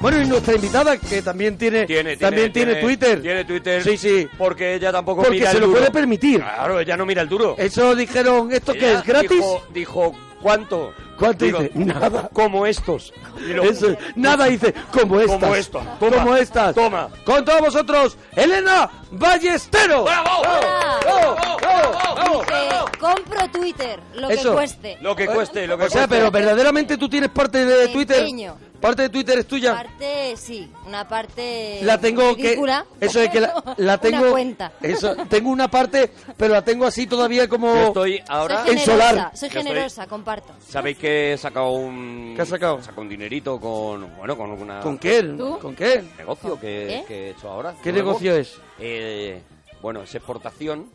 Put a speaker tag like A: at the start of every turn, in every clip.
A: Bueno, y nuestra invitada, que también tiene,
B: Tiene,
A: también tiene, Twitter.
B: Tiene Twitter.
A: Sí, sí.
B: Porque ella tampoco
A: Porque
B: mira
A: se
B: el
A: lo
B: duro.
A: puede permitir.
B: Claro, ella no mira el duro.
A: Eso dijeron, ¿esto que
B: Ella
A: es gratis?
B: Dijo, dijo, ¿cuánto?
A: ¿Cuánto
B: Digo,
A: dice? Nada.
B: Como estos. Y lo-
A: Eso, nada dice, como estas.
B: Como esto. Toma,
A: como estas.
B: toma.
A: Con todos vosotros, Elena Ballestero.
B: ¡Bravo!
A: ¡Bravo! ¡Bravo!
B: ¡Bravo!
C: Dice, Eh, compro Twitter, lo
A: Eso.
C: que cueste.
B: Lo que cueste, lo que
A: O sea,
B: cueste.
A: pero verdaderamente tú tienes parte de Twitter.
C: Pequeño.
A: Parte de Twitter es tuya.
C: Parte, sí, una parte
A: la tengo que
C: ridícula,
A: eso es que la, la
C: pero
A: tengo
C: una cuenta.
A: eso tengo una parte pero la tengo así todavía como
B: Yo estoy ahora.
C: soy
A: en
C: generosa,
A: solar.
C: soy
B: Yo estoy-
C: generosa, comparto.
B: ¿Sabéis que he sacado un.
A: ¿Qué has sacado?
B: Saco un dinerito con. Bueno, con una.
A: con qué
C: ¿Tú?
A: con qué
B: Negocio que,
C: ¿Eh?
B: que he hecho ahora.
A: ¿Qué
B: nuevo.
A: negocio es?
B: Eh, bueno, es exportación.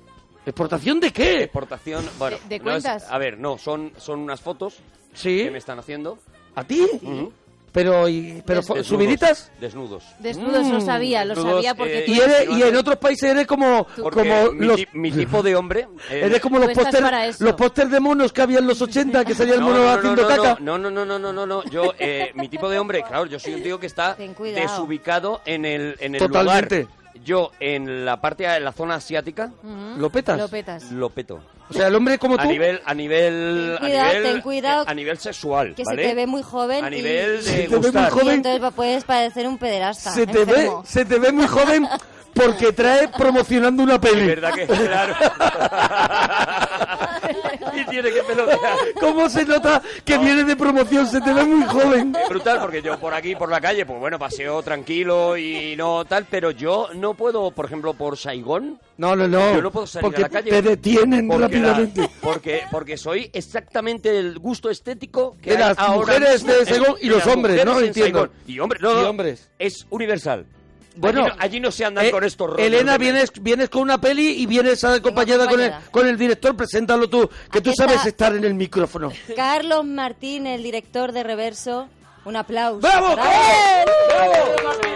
A: exportación de qué
B: Exportación. Bueno,
D: de
B: no es-
D: cuentas?
B: a ver, no, son, son unas fotos
A: sí
B: que me están haciendo.
A: a ti
B: Ujú. Este,
A: pero y pero fo-
B: Desnudos,
A: subiditas
B: Desnudos.
D: Desnudos
A: Mm.
D: lo sabía, lo
B: Desnudos,
D: sabía porque
B: eh,
D: tú
A: y eres, y
B: Insinuante.
A: en otros países eres como
B: Porque
A: como
B: mi,
A: los
B: ti- mi tipo de hombre. eh,
A: eres como los
D: Tú estás para
A: póster
D: eso.
A: los póster de monos que había en los 80 que salía el mono haciendo
B: no,
A: caca
B: No, no, no, no, no, no, no. Yo, eh, mi tipo de hombre, claro, yo soy un tío que está
C: Ten cuidado.
B: desubicado en el, en el
A: Totalmente.
B: lugar. Yo, en la parte, en la zona asiática,
C: Mm,
A: lo petas
D: lo petas.
B: lo peto.
A: o sea el hombre como
B: A
A: tú
B: nivel, a nivel,
C: Ten cuidado,
B: a nivel,
C: ten cuidado,
B: eh, a nivel sexual,
C: Que
B: ¿vale?
C: se te ve muy joven
B: A
C: y-
B: nivel
A: Se te
B: de
A: ve muy
B: gustar.
A: joven.
C: y entonces va- puedes parecer un pederasta.
A: se te ve
C: enfermo.
A: se te ve muy joven porque trae promocionando una peli
B: Es verdad que, claro. y tiene que pelotear.
A: ¿Cómo se nota que viene de promoción? Se te ve muy joven.
B: Es brutal porque yo por aquí, por la calle, pues bueno, paseo tranquilo y no tal, pero yo no puedo, por ejemplo, por Saigón,
A: No, no, no.
B: Yo no puedo salir
A: porque
B: a la calle.
A: Te detienen
B: Porque, la-
A: rápidamente.
B: porque, porque soy exactamente el gusto estético que
A: De
B: hay
A: las
B: ahora
A: mujeres
B: mismo
A: de
B: en-
A: Saigón y
B: de
A: los
B: las
A: hombres, ¿no?
B: mujeres en
A: Entiendo.
B: Saigón. Y hombres, no,
A: Y
B: no,
A: hombres.
B: Es universal.
A: Bueno,
B: allí no, allí no se andan
A: Eh,
B: con estos rollos.
A: Elena,
B: de-
A: vienes, vienes con una peli y vienes acompañada con el,
C: acompañada.
A: con el director. Preséntalo tú, que tú
C: Aquí
A: sabes
C: está.
A: estar en el micrófono.
C: Carlos Martín, el director de Reverso, un aplauso.
A: ¡Bravo!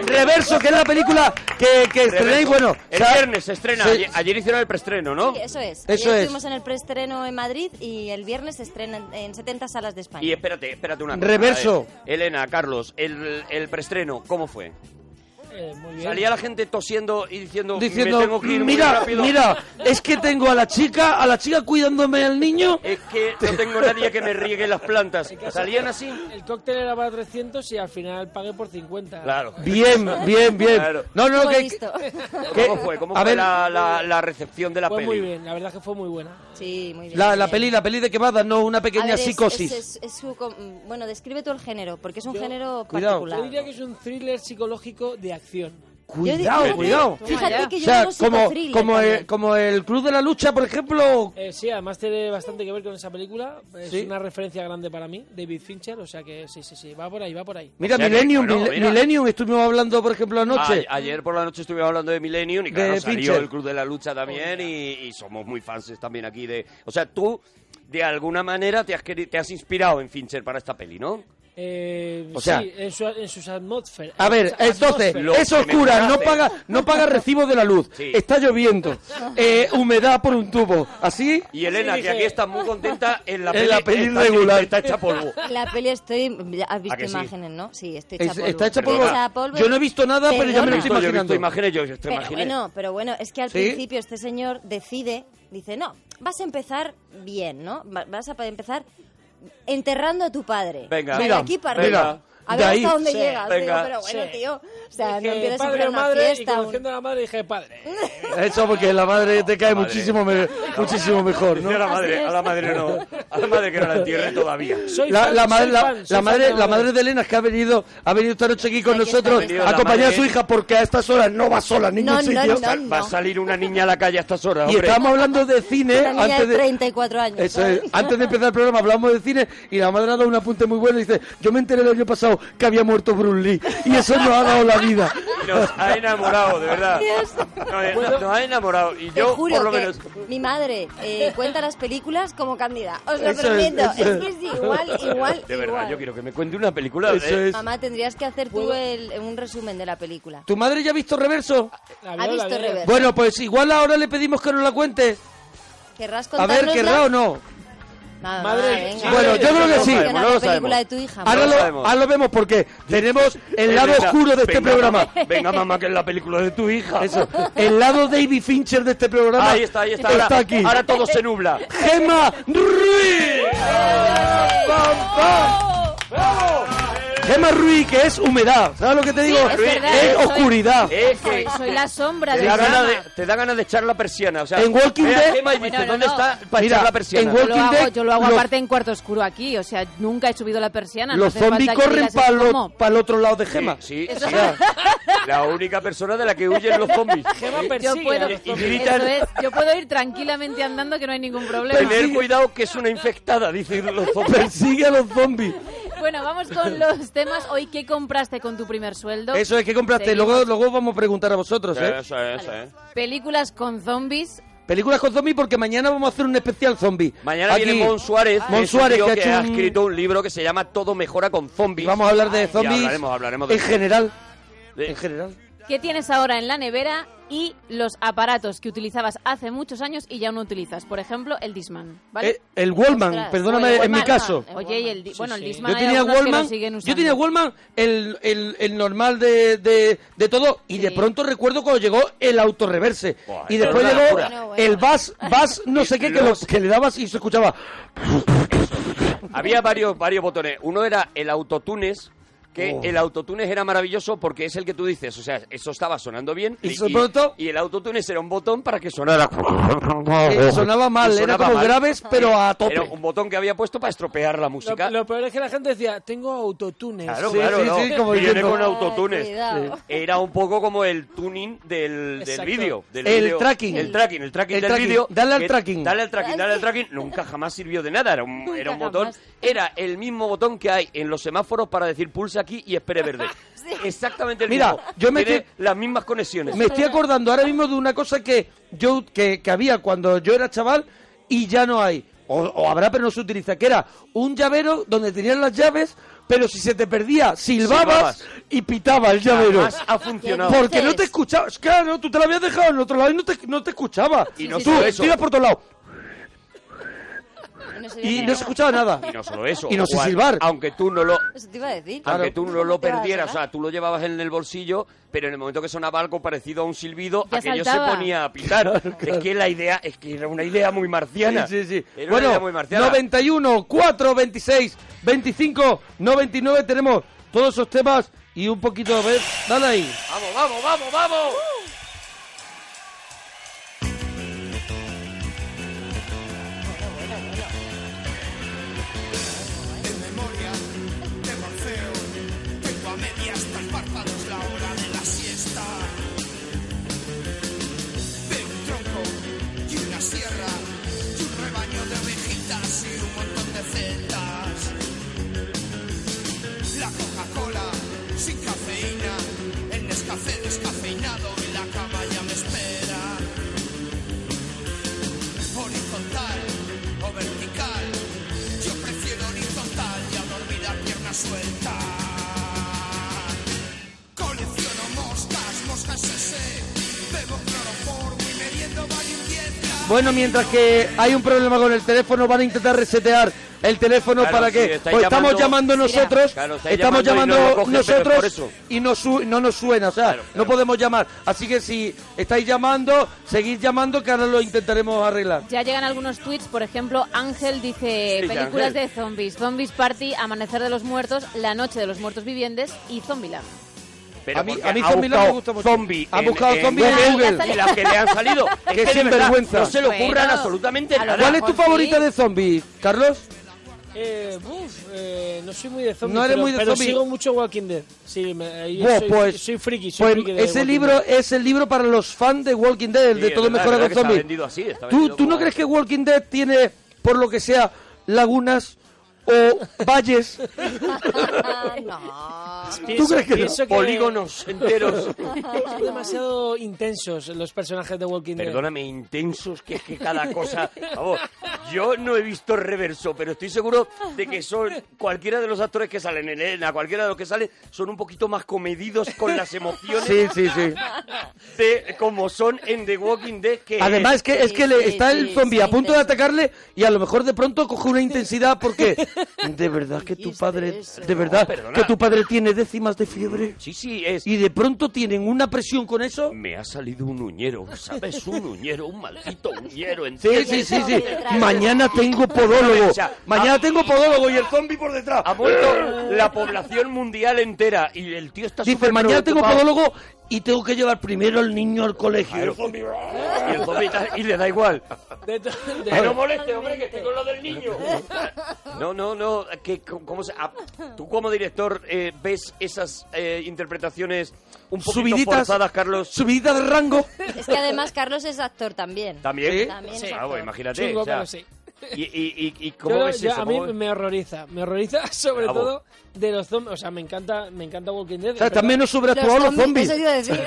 A: Reverso, que es la película que, que estrenáis.
B: Reverso.
A: Bueno,
B: el
A: o sea,
B: viernes se estrena.
A: se-
B: Ayer, ayer hicieron el preestreno, ¿no?
C: Sí, eso es.
A: Eso
C: Ayer
A: es.
C: Estuvimos en el preestreno en Madrid y el viernes se estrena en- en 70 salas de España.
B: Y espérate, espérate una cosa.
A: Reverso.
B: A ver, Elena, Carlos, el, el preestreno, ¿cómo fue?
E: Eh,
B: Salía la gente tosiendo y diciendo,
A: diciendo,
B: "Me tengo que ir muy
A: mira,
B: rápido".
A: mira, es que tengo a la chica, a la chica cuidándome al niño.
B: Es que no tengo nadie que me riegue las plantas. ¿Salían así?
E: El cóctel era para 300 y al final pagué por 50.
B: Claro.
A: Bien, bien, bien.
B: Claro.
A: No, no,
C: Estuvo
A: que,
C: listo.
A: ¿Qué?
B: ¿Cómo fue? ¿Cómo
A: A
B: fue
A: ver.
B: la, la- la recepción de la
E: fue
B: peli?
E: muy bien, la verdad es que fue muy buena.
C: Sí, muy bien.
A: La,
C: muy
A: la
C: bien.
A: peli, la peli de que va a darnos una
C: A
A: pequeña
C: ver, es-
A: psicosis.
C: es- es- es su com- bueno, describe tú el género, porque es un género
A: Cuidado.
E: Yo diría
C: particular.
E: que es un thriller psicológico de acción.
A: Cuidado,
C: Yo di-
A: cuidado.
C: Fíjate que
A: O
C: yo
A: sea,
C: no soy
A: como,
C: thriller
A: como,
C: también.
A: el, como el Club de la Lucha, por ejemplo.
E: Eh, sí, además tiene bastante que ver con esa película. Es
A: Sí.
E: una referencia grande para mí, David Fincher, o sea que sí, sí, sí, va por ahí, va por ahí.
A: Mira,
B: O sea que,
A: Millennium,
B: bueno,
A: Mil-
B: mira.
A: Millennium, estuvimos hablando, por ejemplo, anoche.
B: Ah, A- ayer por la noche estuvimos hablando de Millennium y
A: De
B: claro, salió
A: Fincher.
B: el Club de la Lucha también y, y somos muy fans también aquí de... O sea, tú, de alguna manera, te has, queri- te has inspirado en Fincher para esta peli, ¿no?
E: Eh,
A: O sea-
E: sí, en, su- en sus atmósferas.
A: A ver, entonces,
B: Lo
A: es
B: que me
A: oscura, no
B: juraste.
A: paga, no paga recibo de la luz,
B: Sí.
A: está lloviendo, eh, humedad por un tubo, ¿así?
B: Y Elena,
E: Sí,
B: que
E: sí.
B: aquí está muy contenta en la
A: En
B: peli.
A: la peli
B: está-
A: regular.
B: Está hecha polvo.
C: La peli estoy... ya Has
B: ¿A que sí?
C: visto imágenes, ¿no? Sí, estoy hecha
A: Es-
C: polvo.
A: está hecha
C: Estoy
A: polvo.
C: hecha polvo.
A: Yo no he visto nada, pero ya me lo
C: Perdona.
B: Yo he
A: estoy
B: visto
A: imaginando.
B: imágenes, yo te
C: Pero
B: imaginé.
C: Eh, bueno, pero bueno, es que al
A: ¿Sí?
C: principio este señor decide, dice, no, vas a empezar bien, ¿no? Va- Vas a pa- empezar enterrando a tu padre.
B: Venga.
C: O sea,
B: Mira,
C: de aquí para
B: venga.
C: arriba. A
A: De
C: ver
A: ahí.
C: hasta dónde
E: Sí,
C: llegas.
B: venga,
C: Digo, pero bueno,
E: sí.
C: tío, o sea, no
E: Dije,
C: empiezas a
E: padre,
C: hacer una
E: madre, y
C: fiesta. un-
E: conociendo a la madre dije, padre.
A: Eso porque la madre te cae
B: Madre.
A: muchísimo, me- muchísimo mejor, Pues ¿no?
B: Dice a la madre, a la madre no. A la madre que no la entierre todavía.
E: Soy
A: La,
E: fan,
A: la madre,
E: soy
A: la,
E: fan,
A: la
E: soy fan
A: madre, la madre
E: madre.
A: de Elena es que ha venido, ha venido esta noche aquí con
C: Aquí está,
A: nosotros,
C: aquí
B: está.
A: a acompañar a su
B: La madre-
A: hija porque a estas horas no va sola a ningún
C: No, no,
A: sitio.
C: no,
B: Va a salir una niña a la calle a estas horas,
A: Y
B: hombre.
A: estábamos hablando de cine
C: Una niña
A: Eh, antes
C: de
A: de,
C: 34 años.
A: eso
C: ¿sabes?
A: es, antes de empezar el programa hablamos de cine y la madre ha dado un apunte muy bueno y dice, yo me enteré el año pasado que había muerto Bruce Lee y eso nos ha dado la vida.
B: Y Nos ha enamorado, de verdad.
C: Dios.
B: No, no, Nos ha enamorado. Y
C: Te
B: yo,
C: juro
B: por lo
C: que
B: menos...
C: mi madre eh, cuenta las películas como Cándida. Os lo
A: Eso es,
C: prometo.
A: eso
C: Es,
A: es.
C: que es igual, igual,
B: De verdad,
C: igual.
B: yo quiero que me cuente una película.
A: Eso
B: ¿eh?
A: es.
C: Mamá, tendrías que hacer tú el- un resumen de la película.
A: ¿Tu madre ya ha visto Reverso?
E: La
C: ¿Ha
E: veo, la
C: visto
E: veo.
C: Reverso?
A: Bueno, pues igual ahora le pedimos que nos la cuente.
C: ¿Querrás
A: A ver,
C: contárnosla?
A: ¿querrá o no?
C: Nada,
E: Madre-
C: nada, venga.
A: Bueno, yo creo que sí.
C: Mencionar
B: No lo
C: la
B: sabemos.
C: película de tu hija.
B: Ah,
C: madre.
B: no
A: Ahora lo,
B: sabemos.
A: ahora lo vemos porque tenemos el lado
B: Venga,
A: oscuro de este
B: venga,
A: programa.
B: mamá, Venga, mamá, que es la película de tu hija.
A: Eso, el lado David Fincher de este programa
B: Ahí está, ahí está. Ahora,
A: aquí.
B: ahora todo se nubla.
A: Gema Ruiz. ¡Pam, pam! Gema Ruiz, que es humedad. ¿Sabes lo que te digo?
C: es verdad,
A: Es
C: soy-
A: oscuridad.
B: Es que
C: Soy, soy la sombra
B: te
C: del
B: da, ganas
C: drama.
B: de, te da ganas de echar la persiana. O sea,
A: En Walking
B: ve a
A: Dead-
B: Gemma y dices,
D: Bueno, no,
B: ¿dónde
D: no.
B: está para
A: Mira,
B: echar la persiana?
A: en Walking
D: Yo lo hago,
A: Dead,
D: yo lo hago
A: los-
D: aparte en cuarto oscuro aquí, o sea, nunca he subido la persiana. no
A: Los
D: hace falta
A: zombies
D: que
A: corren
D: digas,
A: para el
D: ¿cómo?
A: otro lado de
B: Sí,
A: Gema.
B: Sí,
D: Eso-
B: sí. La única persona de la que huyen los zombies.
E: Gemma
D: Yo
E: persigue
D: puedo,
E: a los
B: Y
E: zombies.
B: gritan-
D: eso es, yo puedo ir tranquilamente andando que no hay ningún problema.
B: Tener cuidado que es una infectada, dicen los zombies.
A: Persigue a los zombies.
D: Bueno, vamos con los temas. Hoy, ¿qué compraste con tu primer sueldo?
A: Eso es que compraste.
D: Seguimos.
A: Luego, luego vamos a preguntar a vosotros, ¿eh?
B: Eso es, eso es.
D: Películas con zombies.
A: Películas con zombies porque mañana vamos a hacer un especial zombie.
B: Mañana
A: Aquí.
B: viene Mon Suárez,
A: Mon
B: que es un
A: Suárez,
B: tío
A: que
B: que,
A: ha hecho
B: ha
A: un-
B: escrito un libro que se llama Todo mejora con
A: Y
B: zombies.
A: vamos a hablar de zombies
B: hablaremos, hablaremos de
A: en
B: eso.
A: general.
B: De-
A: En general.
D: ¿Qué tienes ahora en la nevera y los aparatos que utilizabas hace muchos años y ya no utilizas? Por ejemplo, el Disman, ¿vale?
A: Eh, el Wallman,
C: Ostras,
A: perdóname,
D: O el
A: en mi
D: Walkman.
A: caso.
D: Oye, y el, di-
E: Sí,
D: bueno, el
E: sí.
D: Disman
A: Yo
D: Ah, hay
A: tenía
D: algunos que lo
A: Wallman,
D: siguen
A: yo
D: usando.
A: tenía Wallman, el, el, el normal de, de, de todo, y de pronto recuerdo cuando llegó el autorreverse.
B: Buah,
A: y
B: eso
A: después
B: era una
A: llegó
B: locura.
C: Bueno, bueno.
A: el bass, bass no sé qué, que, lo- que le dabas y se escuchaba.
B: Había varios, varios botones. Uno era el autotunes, que
A: Oh.
B: el autotunes era maravilloso porque es el que tú dices, o sea, eso estaba sonando bien.
A: Y de pronto-
B: y el autotunes era un botón para que sonara.
A: Eh, sonaba mal,
B: Y
A: era
B: sonaba
A: como
B: mal.
A: graves, pero a tope.
B: Era un botón que había puesto para estropear la
E: Lo,
B: música.
E: lo peor es que la gente decía, tengo autotunes.
B: Claro,
A: Sí,
B: claro,
A: sí,
B: no.
A: sí, como
B: Viene
A: diciendo-
B: con
A: Ay,
B: autotunes.
C: cuidado.
B: Era un poco como el tuning del, del
E: Exacto.
B: vídeo. del
A: El
B: vídeo.
A: tracking.
B: El tracking, el tracking
A: El
B: del
A: tracking.
B: vídeo.
A: Dale al
B: Que-
A: tracking.
B: Dale al tracking, dale al tracking. Nunca jamás sirvió de nada. Era un, era un
D: Nunca
B: botón.
D: jamás.
B: Era el mismo botón que hay en los semáforos para decir pulsa aquí y espere verde. Exactamente el
A: Mira,
B: mismo.
A: yo me
B: Tiene
A: estoy-
B: las mismas conexiones.
A: Me estoy acordando ahora mismo de una cosa que yo que, que había cuando yo era chaval y ya no hay. O, o habrá, pero no se utiliza. Que era un llavero donde tenías las llaves, pero si se te perdía, silbabas,
B: Silbabas.
A: y pitaba el llavero.
B: Jamás ha funcionado.
C: Por-
A: Porque no te
C: Entonces-
A: escuchabas. Claro, tú te la habías dejado en otro lado y no te, no te escuchaba.
B: Y no
A: tú
B: solo eso.
A: ibas por todos lados
C: Y no se
A: y no
C: veía nada.
A: se escuchaba nada.
B: Y no solo eso.
A: Y no sé
B: Juan,
A: silbar.
B: Aunque tú no lo,
C: Eso te iba a decir.
A: Claro.
B: Aunque tú no lo
C: Te vas a
B: perdieras, o
C: llevar.
B: sea, tú lo llevabas en el bolsillo, pero en el momento que sonaba algo parecido a un silbido,
D: Ya
B: aquello se
D: saltaba.
B: ponía a pitar. Es que la idea, es que era una idea muy marciana.
A: Sí, sí, sí.
B: Era una idea
A: Bueno,
B: muy marciana.
A: 91, 4, 26, 25, 99 tenemos todos esos temas y un poquito de... Dale ahí.
B: Vamos, vamos, vamos, vamos.
F: la Coca-Cola sin cafeína, el Nescafé descafeinado y la cama ya me espera. Horizontal o vertical, yo prefiero horizontal y a dormir a pierna suelta. Colecciono moscas, moscas ese, bebo cloroformo y bebiendo valentienta.
A: Bueno, mientras que hay un problema con el teléfono, van a intentar resetear el teléfono
B: Claro,
A: para
B: sí,
A: que pues
B: estáis
A: estamos
B: llamando-
A: llamando nosotros,
B: Claro, estáis
A: estamos
B: llamando
A: llamando
B: y no lo cogen, pero
A: nosotros
B: es por eso.
A: y no su- no nos suena, o sea,
B: Claro, claro.
A: no podemos llamar. Así que si estáis llamando, seguid llamando que ahora lo intentaremos arreglar.
D: Ya llegan algunos tweets, por ejemplo, Ángel dice
B: Sí,
D: películas
B: Ángel.
D: de zombies, Zombies Party, Amanecer de los Muertos, La Noche de los Muertos Vivientes y Zombieland.
B: Pero
A: a mí,
B: porque
A: a mí
B: ha
A: Zombieland
B: buscado
A: me gusta mucho.
B: Zombie
A: ha
B: en-
A: buscado
B: en
A: zombie en
D: Google.
A: Google.
D: Ya
B: Y las que le han salido. Es que
A: Qué
B: de verdad,
A: sinvergüenza.
B: No se le ocurran
D: Bueno,
B: absolutamente
D: a lo
B: nada.
A: ¿Cuál es tu
D: Mejor
A: favorita
D: sí.
A: de zombies, Carlos?
E: Eh, buf, eh, no soy muy de zombies,
A: No eres
E: pero,
A: muy de
E: pero
A: zombies.
E: sigo mucho Walking Dead. Sí, me- ahí
A: Buah,
E: soy,
A: pues,
E: soy friki, soy
A: pues
E: friki de
A: ese
E: Walking
A: libro
E: Dead.
A: es el libro para los fans de Walking Dead, el
B: Sí,
A: de
B: es
A: todo
B: verdad,
A: mejora
B: es verdad
A: con
B: que está
A: zombies.
B: vendido así, está
A: ¿Tú,
B: vendido
A: tú no
B: como-
A: crees que Walking Dead tiene, por lo que sea, lagunas o valles.
C: no.
A: ¿Tú crees que no?
E: pienso
B: Polígonos enteros.
E: Son demasiado intensos los personajes de Walking Dead.
B: Perdóname, intensos, que es que cada cosa... Vamos, yo no he visto reverso, pero estoy seguro de que son cualquiera de los actores que salen, Elena, cualquiera de los que salen, son un poquito más comedidos con las emociones
A: Sí, sí, sí.
B: de como son en The Walking Dead. Que
A: Además es que es
C: Sí,
A: que le
C: sí,
A: está
C: sí,
A: el zombie
C: sí,
A: a punto de
C: intenso.
A: atacarle y a lo mejor de pronto coge una intensidad porque de verdad que tu
C: Dijiste
A: padre
C: eso.
A: de verdad
B: perdona.
A: que tu padre tiene décimas de fiebre
B: Sí, sí, es...
A: y de pronto tienen una presión con eso.
B: Me ha salido un uñero, ¿sabes? Un uñero, un maldito uñero.
A: Sí,
B: ¿entiendes?
A: sí, sí, sí.
C: detrás.
A: Mañana tengo podólogo.
B: O sea,
A: Mañana
B: a-
A: tengo podólogo y el zombie por detrás.
B: Ha muerto la población mundial entera y el tío está
A: Dice,
B: pues, súper
A: mañana tengo
B: preocupado".
A: podólogo y tengo que llevar primero al niño al colegio.
B: Y el zombie, y el zombie está- y le da igual.
E: De to- de-
B: Que no moleste, hombre, que estoy con lo del niño. No, no, no. Que, co- ¿cómo se- ah, ¿Tú como director eh, ves esas eh, interpretaciones un poquito
A: Subiditas,
B: forzadas, Carlos?
A: subiditas de rango.
C: Es que además Carlos es actor también.
B: ¿También?
A: Sí.
C: También es
B: Ah,
C: actor.
B: bueno, imagínate.
E: Chungo,
B: o sea,
E: pero sí.
B: y, y, y- y cómo
E: Yo-
B: ves
E: yo-
B: eso?
E: a mí
B: ¿Cómo ves?
E: me horroriza, me horroriza sobre
B: Bravo.
E: todo de los zombies. O sea, me encanta, me encanta Walking Dead.
A: O sea,
E: es verdad.
A: están menos sobreactuados los zombies.
C: Eso te iba a decir.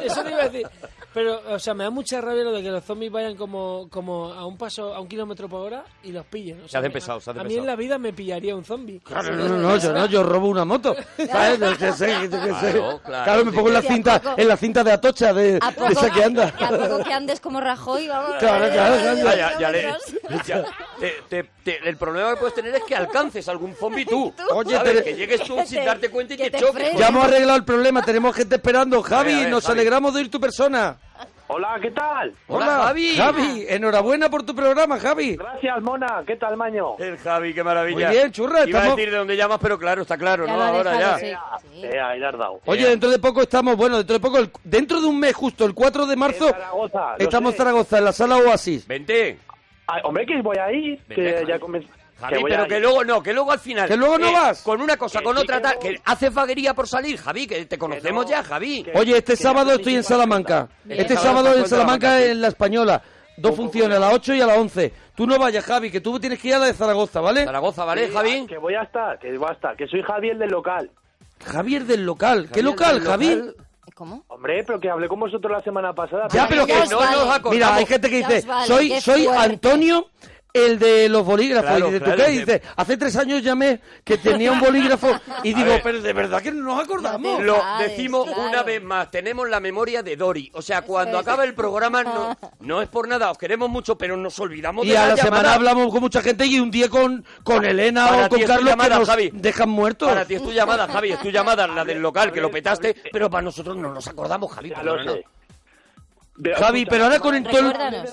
E: Es- Eso te iba a decir. Pero, o sea, me da mucha rabia lo de que los zombies vayan como, como a un paso, a un kilómetro por hora y los pillen. O sea,
B: hacen
E: me-
B: pesados, se
E: a,
B: hacen
E: a mí
B: pesados.
E: en la vida me pillaría un zombie.
A: Claro, no, no, no, yo no, yo robo una moto. ¿Sabes? Yo qué sé, yo qué sé.
B: Claro,
A: Claro,
B: claro,
A: me
B: sí.
A: pongo en la
C: Sí, ¿a
A: cinta,
C: poco?
A: en la cinta de Atocha de,
C: ¿A
A: de
C: poco,
A: esa que anda.
C: a poco que andes como Rajoy, vamos.
A: Claro, claro, claro.
B: Ah, ya- ya le- ya- te- te- te- el problema que puedes tener es que alcances algún zombie tú.
A: Oye,
B: ¿sabes?
A: te-
B: que llegues tú
C: que
B: sin
C: te-
B: darte cuenta y
C: que
B: que,
C: te
B: choques.
C: frenes.
A: Ya hemos arreglado el problema, tenemos gente esperando. Javi,
B: A ver, a ver,
A: nos
B: Javi.
A: alegramos de oír tu persona.
G: Hola, ¿qué tal?
B: Hola, Javi.
A: Javi, enhorabuena por tu programa, Javi.
G: Gracias, Mona. ¿Qué tal, Maño?
B: El Javi, qué maravilla.
A: Muy bien, churra,
B: Iba a
A: estamos-
B: decir de dónde llamas, pero claro, está claro,
D: Ya
B: ¿no?
D: lo ha
B: Ahora
D: dejado,
B: ya.
D: sí.
G: Ah, eh, ahí la has dado.
A: Oye, dentro de poco estamos, bueno, dentro de poco, el- dentro de un mes justo, el 4 de marzo,
G: En Zaragoza, lo
A: estamos en
G: sé.
A: Zaragoza, en la sala Oasis.
B: Vente.
G: Ay, hombre, que voy a ir.
B: Vete,
G: Que
B: Javi.
G: ya comen-
B: Javi,
G: voy
B: pero
G: a
B: que
G: ir.
B: luego no, que luego al final. eh,
A: ¿Que luego no vas?
B: Con una cosa,
G: Que
B: con
G: sí,
B: otra,
G: que
B: tal,
G: no.
B: que haces vaguería por salir, Javi, que te conocemos
G: no.
B: ya, Javi.
G: Que-
A: Oye, este
G: que ya
A: sábado
G: comen
A: estoy en
G: cinco horas.
A: Salamanca.
D: Bien.
A: Este
B: Sábado
A: sábado
B: estás
A: en
B: en Salamanca,
A: Salamanca
B: sí.
A: en La Española. Dos funciones, a las 8 y a las 11. Tú no vayas, Javi, que tú tienes que ir a la de Zaragoza, ¿vale?
B: Zaragoza, ¿vale,
G: Sí, ah,
B: Javi?
G: Que voy a estar, que voy a estar. Que soy Javier del local.
A: Javier del local. ¿Qué
B: Javier
A: local,
B: del
A: Javi?
B: local.
C: ¿Cómo?
G: Hombre, pero que hablé con vosotros la semana pasada.
A: Ya, pero que
C: Ya os
A: no
C: vale.
A: nos acordamos. Mira, hay gente que
C: Ya
A: dice,
C: os vale,
A: soy,
C: qué
A: soy
C: fuerte.
A: Antonio, el de los bolígrafos.
B: Claro,
A: y dice, ¿tú
B: claro,
A: qué?
B: que-
A: Y dice, hace tres años llamé que tenía un bolígrafo. Y digo,
B: ver.
A: pero de verdad que no nos acordamos.
C: No
B: Lo
C: Sabes,
B: decimos
C: claro.
B: una vez más, tenemos la memoria de Dori. O sea, cuando
C: es. Ah.
B: acaba el programa, no, no es por nada, os queremos mucho, pero nos olvidamos
A: Y
B: de
A: a
B: la
A: la semana
B: llamada.
A: hablamos con mucha gente y un día con, con Elena
B: Para
A: o
B: ti
A: con
B: es tu
A: Carlos
B: llamada,
A: que nos
B: Javi.
A: dejan muertos.
B: Para ti es tu llamada, Javi, es tu llamada, la del local, que lo petaste, pero para nosotros no nos acordamos, Javi,
G: Ya lo
B: perdónanos.
G: sé. Pero,
A: Javi,
G: escucha,
A: pero ahora con el, todo el,
C: Recuérdanos.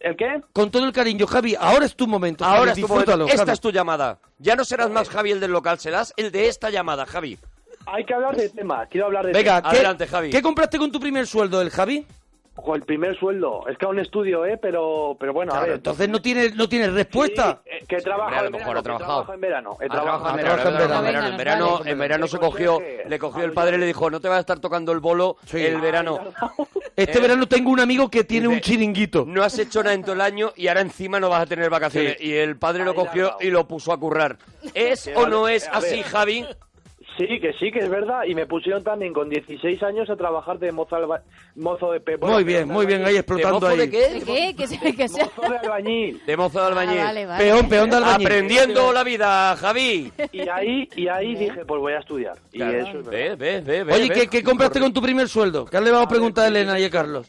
G: ¿El qué?
A: con todo el cariño, Javi, ahora es tu momento. Javi,
B: Ahora es tu momento.
A: disfrútalo,
B: Esta
A: Javi.
B: es tu llamada. Ya no serás más Javi el del local, serás el de esta llamada, Javi.
G: Hay que hablar de temas. Quiero hablar de
A: Venga,
G: temas.
A: ¿qué,
B: Adelante, Javi.
A: ¿qué compraste con tu primer sueldo, el Javi?
G: Ojo, el primer sueldo. Es que aún estudio, ¿eh? Pero, pero bueno, a
A: Claro,
G: ver.
A: entonces no tienes, no tienes respuesta.
G: Sí, eh, que he trabajado
B: a lo
G: en
B: mejor ha
G: verano, que
B: trabajado.
G: trabajo en verano. He
B: Ha
G: trabajado
B: trabajado
A: en
B: en
A: verano,
B: verano,
A: ha
B: en verano, en verano,
D: trabajado
B: en verano se cogió, le cogió el padre y le dijo, no te vas a estar tocando el bolo
A: Sí.
B: el verano.
A: Este
B: Eh,
A: verano tengo un amigo que tiene
B: dice,
A: un chiringuito.
B: No has hecho nada en todo el año y ahora encima no vas a tener vacaciones.
A: Sí.
B: Y el padre lo
G: Ahí la
B: cogió
G: has dado.
B: y lo puso a currar. ¿Es
G: Sí,
B: o no
G: vale.
B: es
G: A
B: así,
G: ver.
B: Javi?
G: Sí, que sí, que es verdad. Y me pusieron también con 16 años a trabajar de mozo, alba- mozo de pepo.
A: muy bien, muy bien, ahí
B: ¿De
A: explotando
B: mozo
A: ahí.
B: de
D: ¿De
B: qué?
D: qué? Que sea, que sea.
G: Mozo de albañil.
B: De mozo de albañil.
D: Ah, vale, vale.
A: Peón, peón de albañil.
B: Aprendiendo la vida, Javi.
G: Y ahí, y ahí dije, pues voy a estudiar. Y
B: Claro.
G: eso es verdad.
B: Ve, ve, ve, ve,
A: Oye,
B: ve.
A: ¿qué, qué compraste con tu primer sueldo? ¿Qué le vamos a preguntar a Elena y a Carlos?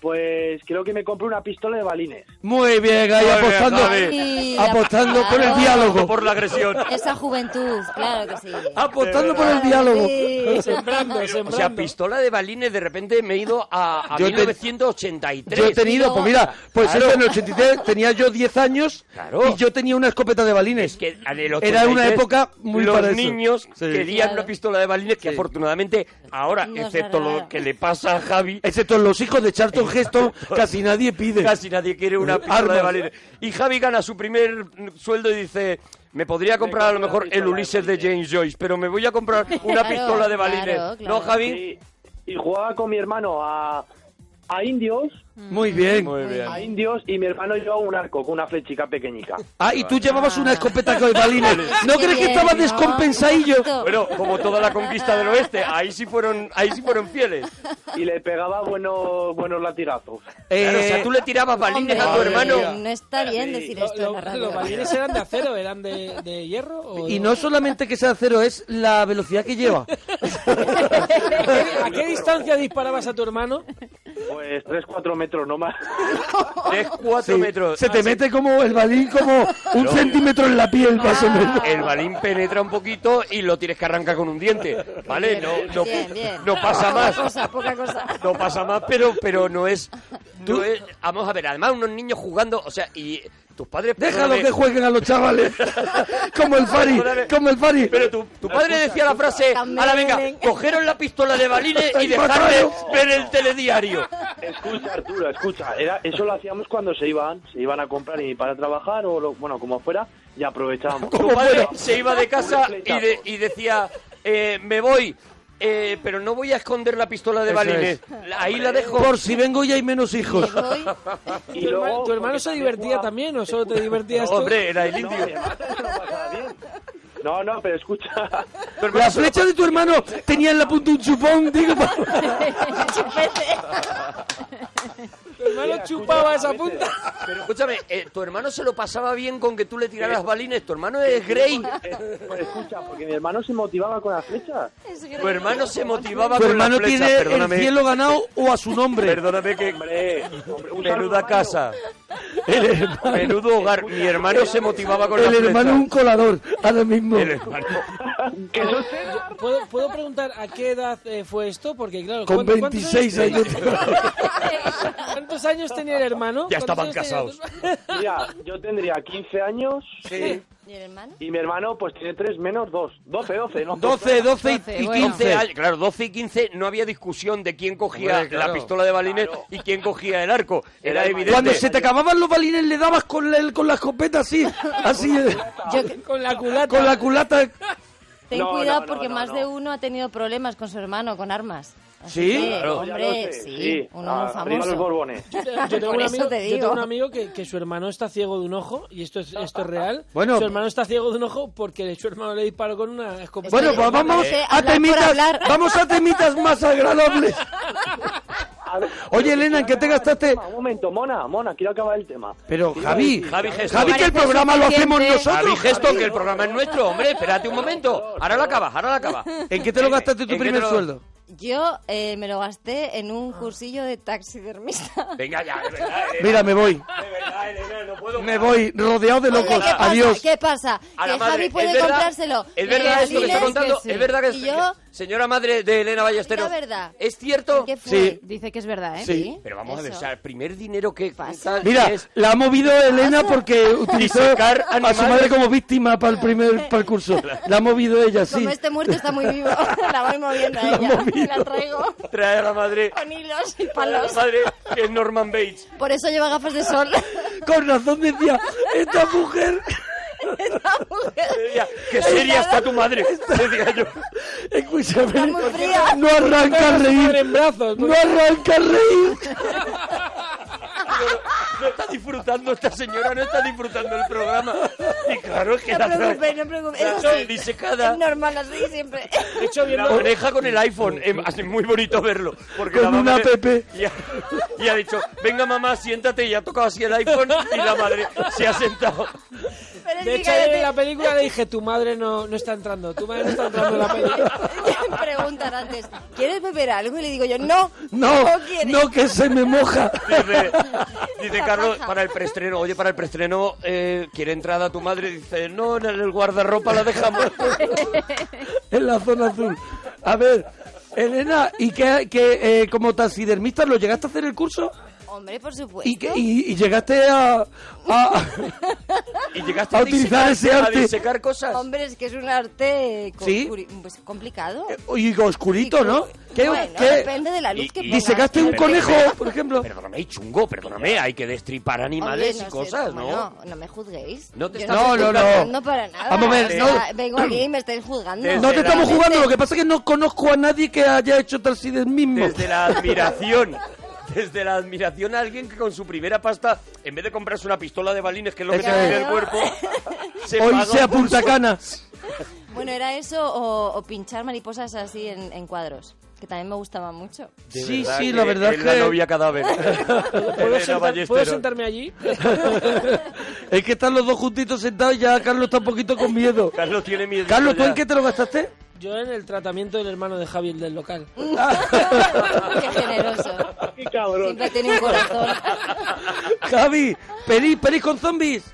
G: Pues creo que me compré una pistola de balines.
A: Muy bien,
B: Muy
A: ahí
B: bien,
A: apostando, eh,
C: Javi.
A: apostando por el
C: Claro.
A: diálogo.
B: Por la agresión.
C: Esa juventud, claro que sí.
A: Apostando por el diálogo.
C: Sí.
E: Sembrando,
B: O sea,
E: sembrando.
B: pistola de balines, de repente me he ido a, a
A: Yo te-
B: 1983.
A: Yo he tenido, pues mira, pues
B: Claro.
A: eso en el 83 tenía yo 10 años
B: Claro.
A: y yo tenía una escopeta de balines.
B: Es que en el
A: Era una
B: 83,
A: época muy
B: los
A: para eso.
B: niños
A: Sí.
B: querían una pistola de balines que afortunadamente ahora,
C: Nos la
B: excepto lo
C: regalaron.
B: que le pasa a Javi,
A: Excepto los hijos de Charlton Heston, casi nadie pide.
B: casi nadie quiere una pistola
A: Armas.
B: de balines. Y Javi gana su primer sueldo y dice, me podría comprar a lo mejor el Ulises de James Joyce, pero me voy a comprar una
C: Claro,
B: pistola de balines.
C: claro, claro.
B: ¿No, Javi?
G: Y, y jugaba con mi hermano a, a indios,
A: Muy bien.
B: Muy bien.
G: a indios y mi hermano llevaba un arco con una flechica pequeñica.
A: Ah, y tú llevabas una escopeta con balines. ¿No
C: Qué
A: crees que
C: bien,
A: estaba
C: ¿no?
A: descompensadillo?
C: Exacto.
B: Bueno, como toda la conquista del oeste, ahí sí fueron, ahí sí fueron fieles.
G: Y le pegaba buenos, buenos latigazos.
B: Claro, o sea,
A: Eh,
B: tú le tirabas balines a tu
A: Hombre,
B: hermano.
A: mía.
C: No está bien decir esto en la radio.
E: ¿Los balines eran de acero? ¿Eran de, de hierro? O
A: Y no solamente que sea cero, es la velocidad que lleva.
E: ¿A qué distancia disparabas a tu hermano?
G: Pues 3-4 metros nomás.
B: Tres, cuatro metros. Ah,
A: Se te mete como el balín, como un centímetro en la piel, más o
C: Ah.
A: menos.
B: El balín penetra un poquito y lo tienes que arrancar con un diente, ¿vale?
C: Bien,
B: No, no,
C: bien, bien.
B: no pasa más.
C: Poca cosa, poca cosa.
B: No pasa más, pero, pero no es, no es- Vamos a ver, además unos niños jugando, o sea, y tus padres...
A: Déjalo
B: perdóname,
A: que jueguen a los chavales. Como el Fari, como el Fari.
B: Pero tu, tu padre decía la frase,
C: También.
B: a la venga, cogieron la pistola de balines y dejaron ver el telediario.
G: Escucha, Arturo, escucha. Era, eso lo hacíamos cuando se iban. Se iban a comprar y mi padre a trabajar o, lo- bueno, como fuera, y aprovechábamos.
B: Tu padre se iba de casa y, de- y decía, eh, me voy, eh, pero no voy a esconder la pistola de
A: Eso
B: balines. La- Ahí la dejo.
A: Por si vengo y hay menos hijos.
C: Me voy.
G: Y
E: ¿Tu, herma-
G: luego,
E: tu hermano
G: porque
E: se divertía
G: jugaba-
E: también o solo te divertías tú?
B: Hombre, era el
G: No,
B: indio.
G: mi hermano se lo pasaba bien. No, no, pero escucha.
B: Tu hermano
A: La
B: se lo
A: flecha de tu hermano tenía en la punta un chupón, digo, para-
E: Tu hermano chupaba esa punta.
B: Pero escúchame, eh, tu hermano se lo pasaba bien con que tú le
A: Eh.
B: tiraras balines. Tu hermano es Grey.
G: Pues escucha, porque mi hermano se motivaba con las flechas.
B: Tu hermano se motivaba
A: Tu
B: con
A: hermano
B: la flecha.
A: tiene
B: perdóname.
A: el cielo ganado o a su nombre.
B: Perdóname que
G: Hombre, hombre, un saludo,
B: menuda
G: hermano.
B: casa. Menudo hogar. Mi hermano se motivaba con la
A: El
B: flecha.
A: hermano un colador, ahora mismo.
B: El hermano.
G: Que eso es cero.
E: ¿Puedo, puedo preguntar a qué edad eh, fue esto? Porque claro,
A: Con
E: ¿cuántos- cuántos
A: 26 años.
E: tenía- ¿Cuántos años tenía el hermano?
B: Ya
E: ¿Cuántos
B: estaban
E: años tenía tu-
G: Mira, yo tendría 15 años
C: ¿Y el hermano?
G: y mi hermano pues tiene 3 menos 2. 12, 12, ¿no?
A: 12, 12 y- y
D: bueno.
B: 15
A: 15.
B: años, claro, 12 y 15 no había discusión de quién cogía
A: Hombre, claro.
B: la pistola de balines y quién cogía el arco. Era
G: Era el
B: evidente.
A: Cuando se te acababan los balines le dabas con la, con la escopeta así, así, eh,
E: Con la culata.
A: con la culata.
C: Ten
G: No,
C: cuidado
G: no, no,
C: porque
G: no,
C: más
G: no.
C: de uno ha tenido problemas con su hermano, con armas.
A: Sí,
C: Así que,
B: claro.
G: Ya
C: Hombre,
G: lo sé,
C: sí, uno
G: Ah,
C: muy
G: Arriba los
C: famoso.
G: borbones.
E: Yo tengo,
C: Por
E: un
C: eso
E: amigo,
C: te
E: yo tengo
C: digo.
E: un amigo que, que su hermano está ciego de un ojo, y esto es, esto es real.
A: Bueno.
E: su hermano está ciego de un ojo porque su hermano le disparó con una escopeta.
A: Bueno, pues vamos
C: Eh,
A: a
C: hablar por
A: temitas,
C: hablar.
A: vamos a temitas más agradables.
G: A ver,
A: Oye, Elena, ¿en qué te gastaste?
G: un momento, Mona, Mona, quiero acabar el tema.
A: Pero Javi,
B: Javi Gesto.
A: Javi, que el programa lo hacemos
B: Javi
A: nosotros.
B: Gesto, que el programa es nuestro, hombre, espérate un momento. Ahora lo acabas, ahora lo acabas.
A: ¿En qué te lo gastaste
B: ¿En qué
A: tu
B: te
A: primer
B: lo-
A: sueldo?
C: Yo eh, me lo gasté en un cursillo de taxidermista.
B: Venga ya, de verdad, Elena,
A: Mira, me voy,
B: de verdad, Elena, no puedo.
A: me voy, rodeado de
C: Oye,
A: locos.
C: ¿qué pasa?
A: Adiós.
C: ¿Qué pasa?
B: A Ah, la
C: Que
B: madre,
C: Javi puede
B: ¿es verdad?
C: comprárselo.
B: Es
C: Eh,
B: verdad esto que está
C: Aliles,
B: contando.
C: sí.
B: Es verdad que,
C: Y yo,
B: que- señora madre de Elena Ballesteros.
C: Diga verdad.
B: ¿Es cierto?
C: ¿qué fue?
A: Sí.
D: Dice que es verdad, ¿eh?
A: Sí.
B: Pero vamos a ver,
C: Eso.
B: o sea, el primer dinero que
C: Pasa.
A: Mira,
B: es
A: la ha movido Elena porque utilizó
B: sacar
A: a su
B: animales.
A: madre como víctima para el primer para el curso. La ha movido ella, sí.
C: Como este muerto está muy vivo, la voy moviendo a
A: La
C: ella.
A: movido.
C: La traigo
B: traer a la madre,
C: con hilos y
B: a la
C: palos.
B: madre que es Norman Bates.
C: Por eso lleva gafas de sol.
A: Con razón decía, esta mujer,
C: Esta mujer
B: Decía, Qué seria está tu madre, decía yo.
A: escúchame,
C: está muy fría.
A: no arranca a
E: Madre
A: reír,
E: en brazos.
A: no arranca a reír.
B: No está disfrutando esta señora, no está disfrutando el programa. Y claro es que
C: No
B: la
C: preocupes, no preocupes. Eso
B: Claro,
C: sí,
B: disecada.
C: Es normal así siempre.
E: De hecho,
B: La
E: viendo,
B: oreja con el iPhone, eh, es muy bonito verlo. Porque
A: Con
B: la mamá
A: una
B: le-
A: app.
B: Y ha, y ha dicho, venga mamá, siéntate, y ha tocado así el iPhone y la madre se ha sentado.
C: Pero
E: de
C: sí,
E: hecho, ayer en la
C: cállate.
E: película le dije, tu madre no, no está entrando, tu madre no está entrando en la película.
C: Me preguntan antes, ¿quieres beber algo? Y le digo yo, no.
A: No,
C: quieres.
A: no que se me moja.
B: Dice, dice Carlos, para el preestreno, oye, para el preestreno, eh, ¿quiere entrada tu madre? Dice, no, en el guardarropa la dejamos.
A: en la zona azul. A ver, Elena, ¿y qué, qué, eh, como taxidermista lo llegaste a hacer el curso?
C: Hombre, por supuesto.
A: ¿Y, qué- y- y llegaste a, a-
B: Y llegaste
A: A utilizar ese
B: disecar-
A: arte.
B: A disecar cosas.
C: Hombre, es que es un arte co-
A: ¿Sí?
C: curi- pues, complicado.
A: y oscurito, ¿no? ¿Qué,
C: Bueno,
A: qué-
C: depende de la luz
B: y-
C: que
B: y-
C: pongas.
A: disecaste un conejo, por ejemplo?
B: Perdóname, y chungo, perdóname, hay que destripar animales
C: Hombre, no
B: y
C: sé,
B: cosas, ¿no?
C: bueno, no me juzguéis.
B: No te
C: Yo
B: estás Ah,
A: No, no, no.
C: juzgando para nada.
A: Vamos a ver,
C: O
A: no.
C: sea, Vengo aquí y me estáis juzgando.
B: Desde
A: No te
B: la-
A: estamos jugando, lo que pasa es que no conozco a nadie que haya hecho taxidermismo.
B: Desde la admiración, desde la admiración a alguien que con su primera pasta, en vez de comprarse una pistola de balines, que es lo que
A: Eso
B: tiene
A: es.
B: el cuerpo, se
A: Hoy
B: paga
A: sea
B: por
A: Punta
B: su-
A: Canas.
C: Bueno, era eso o, o pinchar mariposas así en, en cuadros, que también me gustaba mucho.
B: De
A: Sí,
B: verdad
A: sí, la verdad
B: es
A: es
B: la
A: que-
B: novia cadáver.
E: ¿Puedo,
B: Elena
E: sentar- ¿puedo
B: Ballesteros.
E: sentarme allí?
A: Es que están los dos juntitos sentados y ya Carlos está un poquito con miedo.
B: Carlos tiene miedo.
A: Carlos, ¿tú
B: ya.
A: en qué te lo gastaste?
E: Yo en el tratamiento del hermano de Javi, el del local.
C: Qué generoso.
G: ¡Qué cabrón!
C: Siempre tiene un corazón.
A: Javi, pelis, pelis con zombies.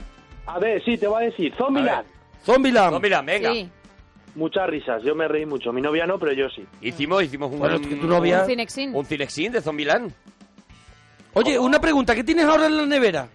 G: A ver, sí, te voy a decir,
B: A
G: Zombieland.
B: ver.
A: Zombieland.
B: No, mira, venga.
D: Sí,
G: Muchas risas, yo me reí mucho. Mi novia no, pero yo sí.
B: Hicimos, hicimos un,
A: Bueno, es que tu novia-
D: un Cinexin.
B: un Cinexin de Zombieland.
A: Oye, una pregunta, ¿qué tienes ahora en la nevera?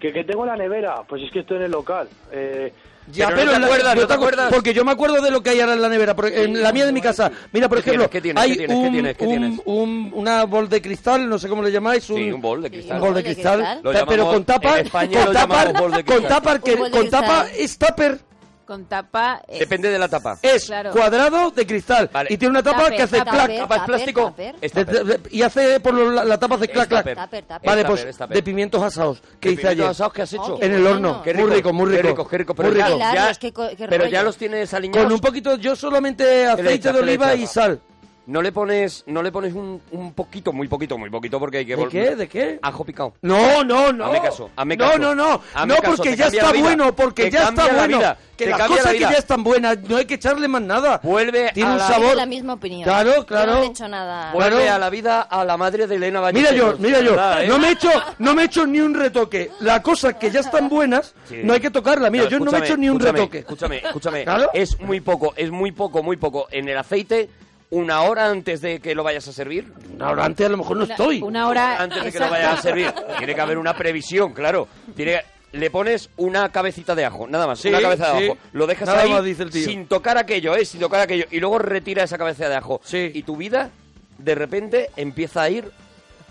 G: ¿Que, que tengo en la nevera? Pues es que estoy en el local. Eh,
B: Ya, pero no te
A: en la-
B: acuerdas,
A: yo
B: no te acuerdas.
A: Porque yo me acuerdo de lo que hay ahora en la nevera, por- en la mía de mi casa. Mira, por
B: ¿Qué
A: ejemplo,
B: tienes, qué
A: hay
B: tienes, qué
A: un,
B: tienes, qué
A: un-
B: tienes?
A: un- una bol de cristal, no sé cómo le llamáis, un,
B: Sí, un bol de cristal.
A: un bol de
C: ¿De
A: cristal,
C: cristal?
B: Lo
A: ta- pero
B: llamamos-
A: con tapa,
B: en España
A: con
B: lo
A: tapa,
B: llamamos bol de
A: con
B: cristal.
A: tapa, que-
C: Un bol de
A: con tapa
C: cristal.
A: es tupper,
D: Con tapa. eh,
B: Depende de la tapa.
A: es
D: Claro.
A: cuadrado de cristal
B: Vale.
A: y tiene una tapa
D: Tupper,
A: que hace
D: tupper,
A: clac,
C: Tupper,
B: tapa es
C: tupper,
B: plástico.
C: tupper.
B: Es
A: de-
B: tupper.
A: de- de- y hace por los- la, la tapa hace clac, clac.
B: tupper.
C: Tupper, tupper.
A: Vale,
B: Es
A: pues
B: tupper, es tupper.
A: de pimientos asados que
B: ¿De
A: hice ayer.
B: pimientos asados que has hecho?
A: En el
C: Qué
A: horno.
C: bueno.
B: Qué
A: muy rico, muy rico.
B: Qué rico, qué rico. Pero,
A: Muy
B: ya,
A: rico.
B: ya-
C: Claro, es que co- qué
B: pero ya
C: rollo.
B: los tienes alineados.
A: Con un poquito, yo solamente
B: le
A: aceite
B: echas?
A: de
B: ¿Qué le
A: oliva y
B: echas?
A: sal.
B: No le pones, no le pones un, un poquito, muy poquito, muy poquito, porque hay que...
A: ¿De
B: vol-
A: qué? ¿De qué?
B: Ajo picado.
A: No, no, no.
B: Hazme caso, hazme
A: no,
B: caso.
A: no, no.
B: Hazme
A: no,
B: caso,
A: porque
B: te
A: ya
B: cambia
A: está
B: la vida.
A: bueno, porque
B: Te
A: ya
B: cambia
A: está
B: la
A: bueno.
B: vida,
A: Que
B: te
A: las
B: cambia la
A: cosas que
B: vida.
A: ya están buenas, no hay que echarle más nada.
B: Vuelve
A: Tiene
B: a
A: un
B: la-
A: sabor.
C: Tengo la misma opinión.
A: Claro,
C: Yo
A: claro.
C: no he hecho nada.
A: Ah. Bueno,
B: Vuelve
A: Claro.
B: a la vida a la madre de Elena
A: Mira yo,
B: Ballesteros.
A: mira yo,
B: ¿Verdad, eh?
A: no me he hecho, no me he hecho ni un retoque. Las cosas que ya están buenas,
B: Sí.
A: no hay que tocarla. Mira, yo no me he
B: escúchame,
A: hecho ni un
B: escúchame,
A: retoque.
B: Escúchame, escúchame.
A: Claro.
B: Es muy poco, es muy poco, muy poco. En el aceite, una hora antes de que lo vayas a servir.
A: Ahora antes a lo mejor no
D: una-
A: estoy.
D: Una hora.
B: Antes de que lo
D: exacta.
B: vayas a servir. Tiene que haber una previsión, claro. Tiene le pones una cabecita de ajo, nada más,
A: Sí,
B: una cabeza de
A: sí.
B: ajo. Lo dejas
A: Nada
B: ahí
A: más, dice el tío.
B: sin tocar aquello, ¿eh? Sin tocar aquello. Y luego retira esa cabeza de ajo.
A: Sí.
B: Y tu vida, de repente, empieza a ir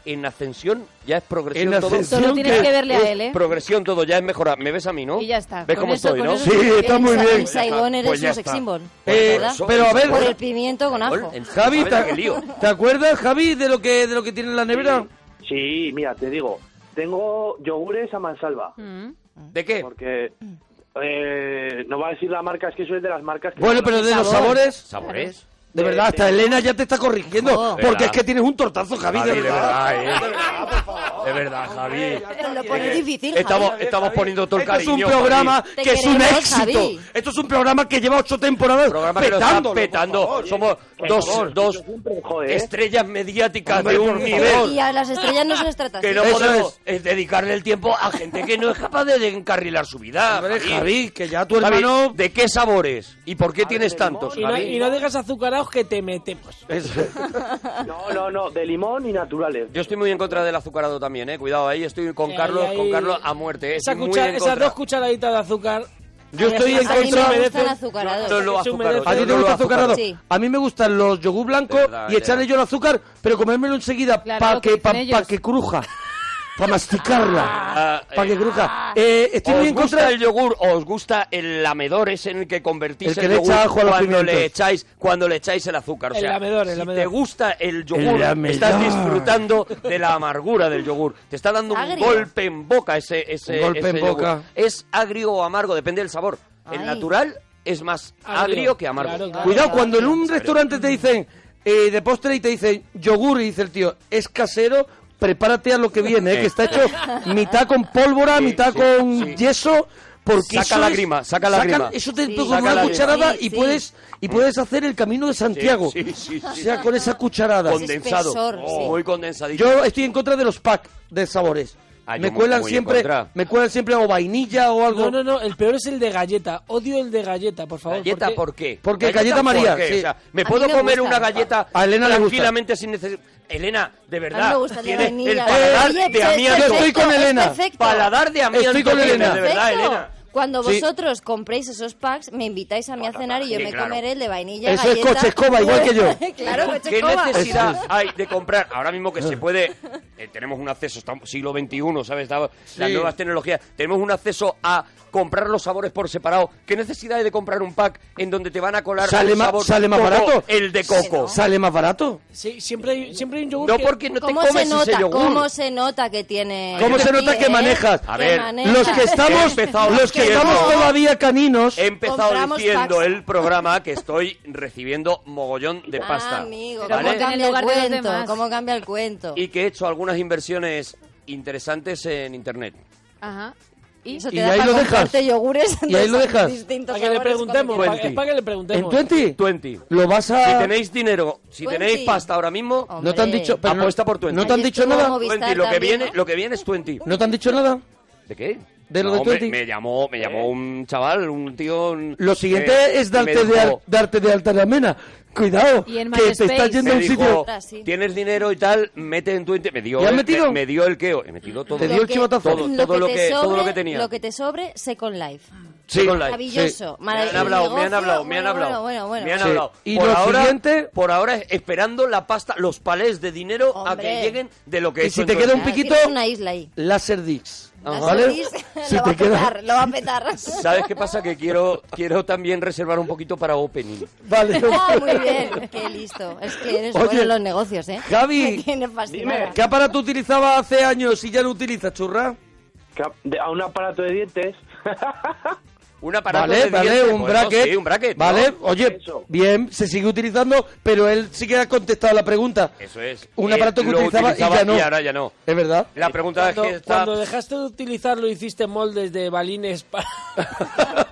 B: en ascensión. Ya es progresión
A: En
B: todo.
A: ascensión.
D: Solo tienes que verle a
B: Es
D: él, ¿eh?
B: Progresión todo, ya es mejorar. Me ves a mí, ¿no?
D: Y ya está.
B: ¿Ves
D: Con
B: cómo
D: eso-
B: estoy,
D: con
B: no?
D: eso
A: Sí, está muy
C: En
A: bien.
C: Sa- En Saigón eres
B: Pues ya
C: un
B: está.
C: sex symbol.
A: Eh,
C: ¿verdad?
A: pero a ver,
C: Por el pimiento con ajo.
B: Bueno, en-
A: Javi,
B: a ver,
A: ¿te-
B: qué lío.
A: ¿te acuerdas, Javi, de lo que de lo que tiene en la nevera?
G: Sí, mira, te digo, tengo yogures a mansalva.
D: Mm.
B: ¿De qué?
G: Porque eh, no va a decir la marca, es que soy de las marcas que...
A: Bueno, pero de los
D: Sabor.
A: sabores.
B: ¿Sabores?
A: De verdad, hasta Elena ya te está corrigiendo.
C: Oh.
A: Porque
B: Verdad.
A: es que tienes un tortazo, Javi, de verdad.
B: ¿eh? De verdad, Javi.
C: Te lo pones difícil,
B: Eh, Estamos,
C: Javi.
B: estamos poniendo todo el
A: Esto es
B: cariño.
A: un programa
C: Te
A: que es un
C: queremos,
A: éxito.
C: Javi.
A: Esto es un programa que lleva ocho temporadas
B: programa que lo está
A: petándolo,
B: petando.
A: por favor.
B: Somos dos, dos este-
G: Siempre, joder, ¿eh?
B: estrellas mediáticas
A: Hombre,
B: de
A: por
B: un
A: favor.
B: nivel
C: Y a las estrellas no se les trata así.
B: que no
A: Eso
B: podemos eh, dedicarle el tiempo a gente que no es capaz de encarrilar su vida.
A: Hombre,
B: Javi.
A: Javi, que ya tu
B: Javi,
A: hermano...
B: ¿de qué sabores? ¿Y por qué tienes tantos,
E: Y no,
B: Javi?
E: y no dejas azucarados que te metemos.
G: No, no, no, de limón y naturales.
B: Yo estoy muy en contra del azucarado también, eh. Cuidado, ahí estoy con
E: Ahí,
B: Carlos,
E: ahí.
B: con Carlos a muerte, eh.
E: Esa
B: Estoy muy
E: cuchara-
B: en
E: esas
B: contra.
E: dos cucharaditas de azúcar.
A: Yo estoy en
C: A mí
A: contra-
C: me gustan
B: No
C: azucarados.
B: lo
E: Se
B: azucarado.
E: merece.
A: ¿A ti
B: no
A: te
B: lo
A: gusta
B: azucarado.
A: azucarado?
C: Sí.
A: A mí me gustan los yogur blancos
B: De verdad,
A: y echarle
B: ya.
A: yo el azúcar, pero comérmelo enseguida
D: Claro,
A: para
D: lo que
A: que, pa-
D: dicen
A: pa'
D: ellos.
A: que cruja, para masticarla,
B: Ah, eh.
A: para que cruja. Eh, estoy muy
B: ¿Os
A: en
B: gusta
A: contra...
B: el yogur o os gusta el lamedor ese en el que convertís
A: El
B: el,
A: que le
B: yogur
A: echa ajo a los
B: cuando le
A: pimientos.
B: echáis cuando le echáis el azúcar? O
E: El
B: sea,
E: lamedor, el
B: si
E: lamedor.
B: te gusta el
A: El
B: yogur,
A: lamedor.
B: estás disfrutando de la amargura del yogur. Te está dando un
C: Agrio.
B: golpe en boca ese, ese,
A: Un golpe
B: ese
A: en
B: yogur.
A: boca.
B: Es agrio o amargo, depende del sabor. El
C: Ay.
B: natural es más agrio,
E: Agrio,
B: que amargo.
E: claro, claro.
A: Cuidado, cuando en un restaurante te dicen eh, de postre y te dicen yogur y dice el tío, es casero, prepárate a lo que viene, eh, que está hecho mitad con pólvora,
B: Sí,
A: mitad
B: sí,
A: con
B: sí.
A: yeso. Porque
B: Saca
A: eso es-
B: lágrima, saca lágrima.
A: Eso te
C: Sí.
A: con
B: Saca
A: una
B: lágrima.
A: cucharada
C: Sí,
A: y
C: sí.
A: puedes y puedes hacer el camino de Santiago.
B: Sí, sí, sí,
A: O
B: sí.
A: sea, con esa cucharada.
B: condensado.
C: espesor,
B: Oh,
C: sí.
B: Muy condensadito.
A: Yo estoy en contra de los packs de sabores.
B: Ah, yo
A: me
B: muy-
A: cuelan
B: muy en
A: siempre,
B: contra.
A: me cuelan siempre o vainilla o algo.
E: No, no, no, el peor es el de galleta. Odio el de galleta, por favor.
B: ¿Galleta
E: porque-
B: por qué?
A: Porque galleta María,
B: qué?
A: sí.
B: O sea, me
C: A mí
B: puedo
C: me
B: comer
C: gusta.
B: una galleta
A: A Elena le gusta.
B: tranquilamente sin necesidad. Elena, de verdad.
C: A mí me gusta el de
B: tiene
C: vainilla.
B: el paladar
C: Oye,
B: de
C: es
B: amianto.
A: Yo estoy con
C: perfecto, es
A: Elena.
C: perfecto.
B: Paladar de amianto.
A: Estoy con
B: tiene,
A: Elena.
B: De verdad,
C: Perfecto.
B: Elena.
C: Cuando
A: Sí.
C: vosotros compréis esos packs, me invitáis a mí a cenar y yo
B: Sí,
C: me
B: claro.
C: comeré el de vainilla.
A: Eso es
C: galleta.
A: coche escoba, igual que yo.
C: claro, pues, coche
B: ¿Qué
C: escoba.
B: necesidad hay de comprar ahora mismo que se puede eh, tenemos un acceso, estamos siglo XXI, ¿sabes? Estamos-
A: Sí.
B: Las nuevas tecnologías, tenemos un acceso a comprar los sabores por separado. ¿Qué necesidad hay de comprar un pack en donde te van a colar
A: ¿Sale
B: un
A: más,
B: sabor
A: sale más
B: como
A: barato?
B: El de coco.
A: ¿Sale más barato?
E: Sí, siempre hay, siempre hay un yogur
B: No
E: que-
B: porque no te
C: ¿Cómo se
B: comes ese
C: nota?
B: yogur.
C: ¿Cómo se nota que tiene...
A: ¿Cómo se nota
C: Sí,
A: que
C: ¿eh?
A: manejas?
B: A
C: Que
B: ver,
C: maneja.
A: Los que
B: He
A: estamos,
B: empezado
A: los que
B: diciendo-
A: estamos todavía caninos,
B: He empezado
C: Compramos
B: diciendo
C: packs.
B: el programa que estoy recibiendo mogollón de pasta.
C: Ah, amigo,
D: Pero
C: ¿cómo
D: ponte en
B: ¿vale?
D: el
C: cambia el
D: lugar de los
C: cuento?
D: demás.
C: ¿Cómo cambia el cuento?
B: Y que he hecho algunas inversiones interesantes en internet.
D: Ajá. ¿Y?
C: Eso
A: y
C: te da
A: ahí
C: para
A: lo dejas.
C: comprarte yogures
A: Y ahí lo
C: de
A: dejas.
C: distintos
E: Para que le
C: sabores
E: preguntemos,
B: cuando
E: para,
B: quieras.
E: es para que le
A: ¿en
E: preguntemos.
A: 20?
B: 20.
A: ¿Lo vas a...?
B: Si tenéis dinero, si
C: Twenty. Oh.
B: tenéis pasta ahora mismo,
C: Hombre.
A: ¿No te han dicho...? pero no-
B: Apuesta por 20.
A: ¿No te han
C: Ahí
A: dicho
C: estuvo
A: nada?
C: Movistar.
B: 20, lo que
C: también,
B: viene,
C: ¿no?
B: lo que viene es 20.
A: ¿No te han dicho nada?
B: ¿De qué?
A: De lo de
B: No, hombre,
A: 20.
B: Me, llamó, me llamó un chaval, un tío. un-
A: Lo siguiente
B: eh,
A: es
B: me
A: darte
B: dijo-
A: de, al- darte de alta en la mena. Cuidado,
D: Y en
A: que te
D: MySpace.
A: estás yendo
B: Me
A: a un
B: dijo,
A: sitio...
C: Ah, sí.
B: tienes dinero y tal, mete en tu... Me dio,
A: ¿Ya has
B: me-
A: metido?
B: Me, dio el queo. He metido todo.
A: Te dio el
C: que-
A: chivatazo.
B: Todo, todo lo
C: te
B: que- todo
C: sobre-
B: lo que tenía.
C: Lo que te sobre, Second Life.
B: Sí, con like.
C: Maravilloso.
B: Me han
C: maravilloso.
B: hablado, me han
C: Negocio,
B: hablado, me han
C: bueno,
B: hablado.
C: Bueno, bueno,
B: Me han
A: Sí.
B: hablado.
A: Y
B: por
A: lo
B: ahora,
A: siguiente-
B: por ahora esperando la pasta, los palés de dinero a que
C: Hombre.
B: lleguen de lo que he
A: Y
B: hecho
A: si te
B: en
A: queda
B: todo
A: un
B: el-
C: Claro,
A: piquito...
C: tienes una isla ahí.
A: Laser Dix.
C: Las
A: ¿Vale?
C: Otis
A: Si
C: lo va
A: te
C: a
A: queda...
C: petar, lo va a petar.
B: ¿Sabes qué pasa? Que quiero quiero también reservar un poquito para opening.
A: Vale.
C: Ah, muy bien, qué listo. Es que eres
A: Oye,
C: bueno en los negocios, ¿eh?
A: Javi,
C: Me tiene fascinada.
A: ¿Qué aparato utilizabas hace años y ya no utilizas, churra?
G: Cap- de- A un aparato de dientes.
B: Un aparato
A: Vale,
B: de
A: vale,
B: dientes,
A: un
B: pues,
A: bracket.
B: sí, un bracket.
A: Vale,
B: ¿no?
A: oye,
G: Eso.
A: bien, se sigue utilizando, pero él sí que ha contestado la pregunta.
B: Eso es.
A: Un
B: Eh,
A: aparato que
B: lo
A: utilizaba, y ya no.
B: ahora ya no.
A: Es verdad.
B: La pregunta es
E: Cuando,
B: que está...
E: cuando dejaste de utilizarlo, hiciste moldes de balines para.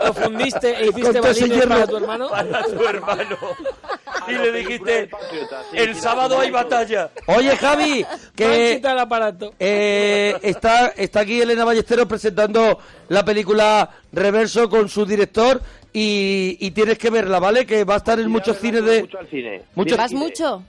E: lo fundiste e hiciste
A: Con todo ese
E: balines
A: hierro.
E: para tu hermano.
B: Para tu hermano. Y le dijiste, el sábado hay batalla.
A: Oye, Javi,
E: Que...
A: que
E: el aparato.
A: eh, está, está aquí Elena Ballesteros presentando la película Reverso con su director y, y tienes que verla, ¿vale? Que va a estar en muchos cines de...
G: Mucho al cine.
A: Mucho-
C: ¿Vas
G: Cine.
C: mucho?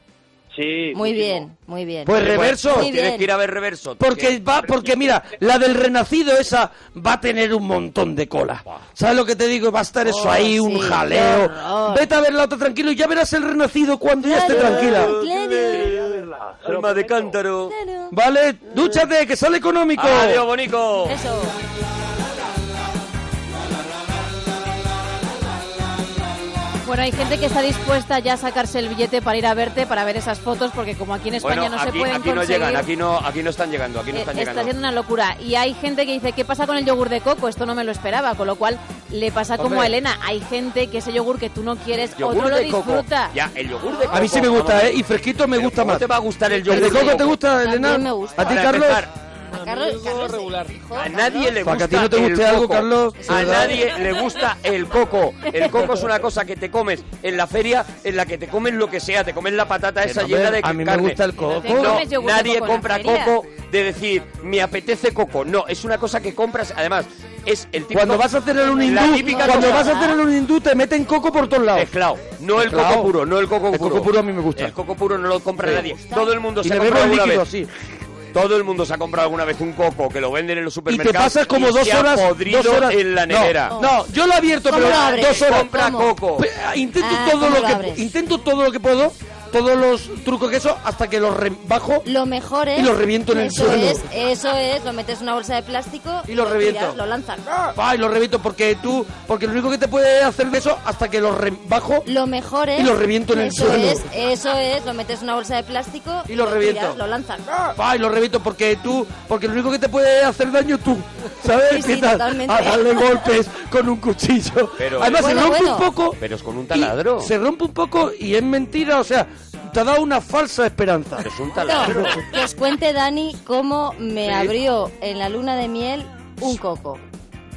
G: Sí.
C: Muy
G: muchísimo.
C: bien, muy bien.
A: Pues Reverso.
C: Muy
B: Tienes
C: bien.
B: que ir a ver reverso.
A: Porque va, porque mira, la del renacido esa va a tener un montón de cola. ¿Sabes lo que te digo? Va a estar eso
C: Oh,
A: ahí, un
C: sí,
A: jaleo.
C: qué horror.
A: Vete a ver la otra tranquilo y ya verás el renacido cuando ya esté
C: Claro,
A: tranquila.
C: claro,
G: Verla, se lo
B: Alma de
G: prometo.
B: cántaro.
C: claro.
A: Vale, dúchate, que sale económico.
B: Adiós, bonico.
C: Eso.
D: Bueno, hay gente que está dispuesta ya a sacarse el billete para ir a verte, para ver esas fotos, porque como aquí en España
B: Bueno,
D: no se
B: aquí,
D: pueden
B: aquí no
D: conseguir,
B: llegan, aquí no, aquí no están llegando, aquí no
D: eh,
B: están
D: está
B: llegando.
D: haciendo una locura. Y hay gente que dice, ¿qué pasa con el yogur de coco? Esto no me lo esperaba, con lo cual le pasa como a
A: Hombre.
D: Elena. Hay gente que ese yogur que tú no quieres o
B: Yogur
D: no lo
B: de coco.
D: disfruta.
B: Ya, el yogur de coco.
A: A mí sí me gusta,
B: vamos.
A: ¿eh? Y fresquito me
B: Pero
A: gusta
B: ¿cómo
A: más.
B: te va a gustar el yogur
A: ¿El de coco te gusta,
C: También
A: Elena?
C: me gusta.
A: ¿A ti,
B: Para
A: Carlos?
B: empezar,
C: A Carlos,
E: Amigo
C: Carlos se
E: regular.
C: dijo,
B: A nadie le
A: Para
B: gusta
A: que a ti no te guste
B: el
A: algo,
B: coco.
A: Carlos,
B: A
A: ¿verdad?
B: nadie le gusta el coco. El coco es una cosa que te comes en la feria, en la que te comes lo que sea, te comes la patata esa
A: Pero,
B: llena
A: hombre,
B: de
A: a mí me
B: carne.
A: gusta el coco.
D: Pero te
B: No,
D: comes yogur de
B: nadie
D: coco en la
B: compra
D: feria.
B: coco de decir, me apetece coco. No, es una cosa que compras, además, es el típico...
A: Cuando vas a hacer un
B: La
A: hindú,
B: típica
A: cuando
B: cosa-
A: vas a hacer un hindú te meten coco por todos lados.
B: Mezclado. No el
A: Mezclado.
B: coco puro, no el coco
A: El
B: puro.
A: coco puro a mí me gusta.
B: El coco puro no lo compra nadie. Todo el mundo
A: Y
B: se
A: le
B: ha
A: bebo
B: comprado
A: el
B: alguna
A: líquido,
B: vez.
A: sí.
B: Todo el mundo se ha comprado alguna vez un coco que lo venden en los
A: Y
B: supermercados.
A: te pasas como
B: y
A: dos
B: se ha
A: horas,
B: podrido
A: dos horas
B: en la
A: No,
B: nevera.
A: No, yo lo he abierto,
C: ¿Cómo
A: pero
C: lo abres?
A: dos horas.
B: Compra
C: ¿Cómo?
B: coco.
A: Pe- ah, Intento
C: Ah,
A: todo
C: ¿cómo
A: lo
C: lo
A: que
C: abres?
A: intento todo lo que puedo, todos los trucos que eso, hasta que los re- bajo.
C: Lo mejor es.
A: Y lo reviento en el
C: eso
A: suelo.
C: Es, eso es, lo metes en una bolsa de plástico.
A: Y lo reviento. Ah.
C: tiras, lo lanzas.
A: Ay, lo reviento porque tú, porque lo único que te puede hacer de eso hasta que lo re- bajo.
C: Lo mejor es.
A: Y lo reviento en el
C: eso
A: suelo.
C: Es, eso es, lo metes en una bolsa de plástico.
A: Y lo reviento. Ah.
C: tiras, lo lanzas.
A: Ay, lo reviento porque tú, porque lo único que te puede hacer daño tú. ¿Sabes
C: Sí, sí,
A: qué tal?
C: totalmente.
A: A darle golpes con un cuchillo.
B: Pero-
A: Además
C: Bueno,
A: se rompe
C: bueno.
A: un poco.
B: Pero es con un
A: y-
B: taladro.
A: Se rompe un poco y es mentira, o sea, te ha dado una falsa esperanza.
B: Pero es un taladro.
C: Bueno, que os cuente Dani cómo me abrió en la luna de miel un coco.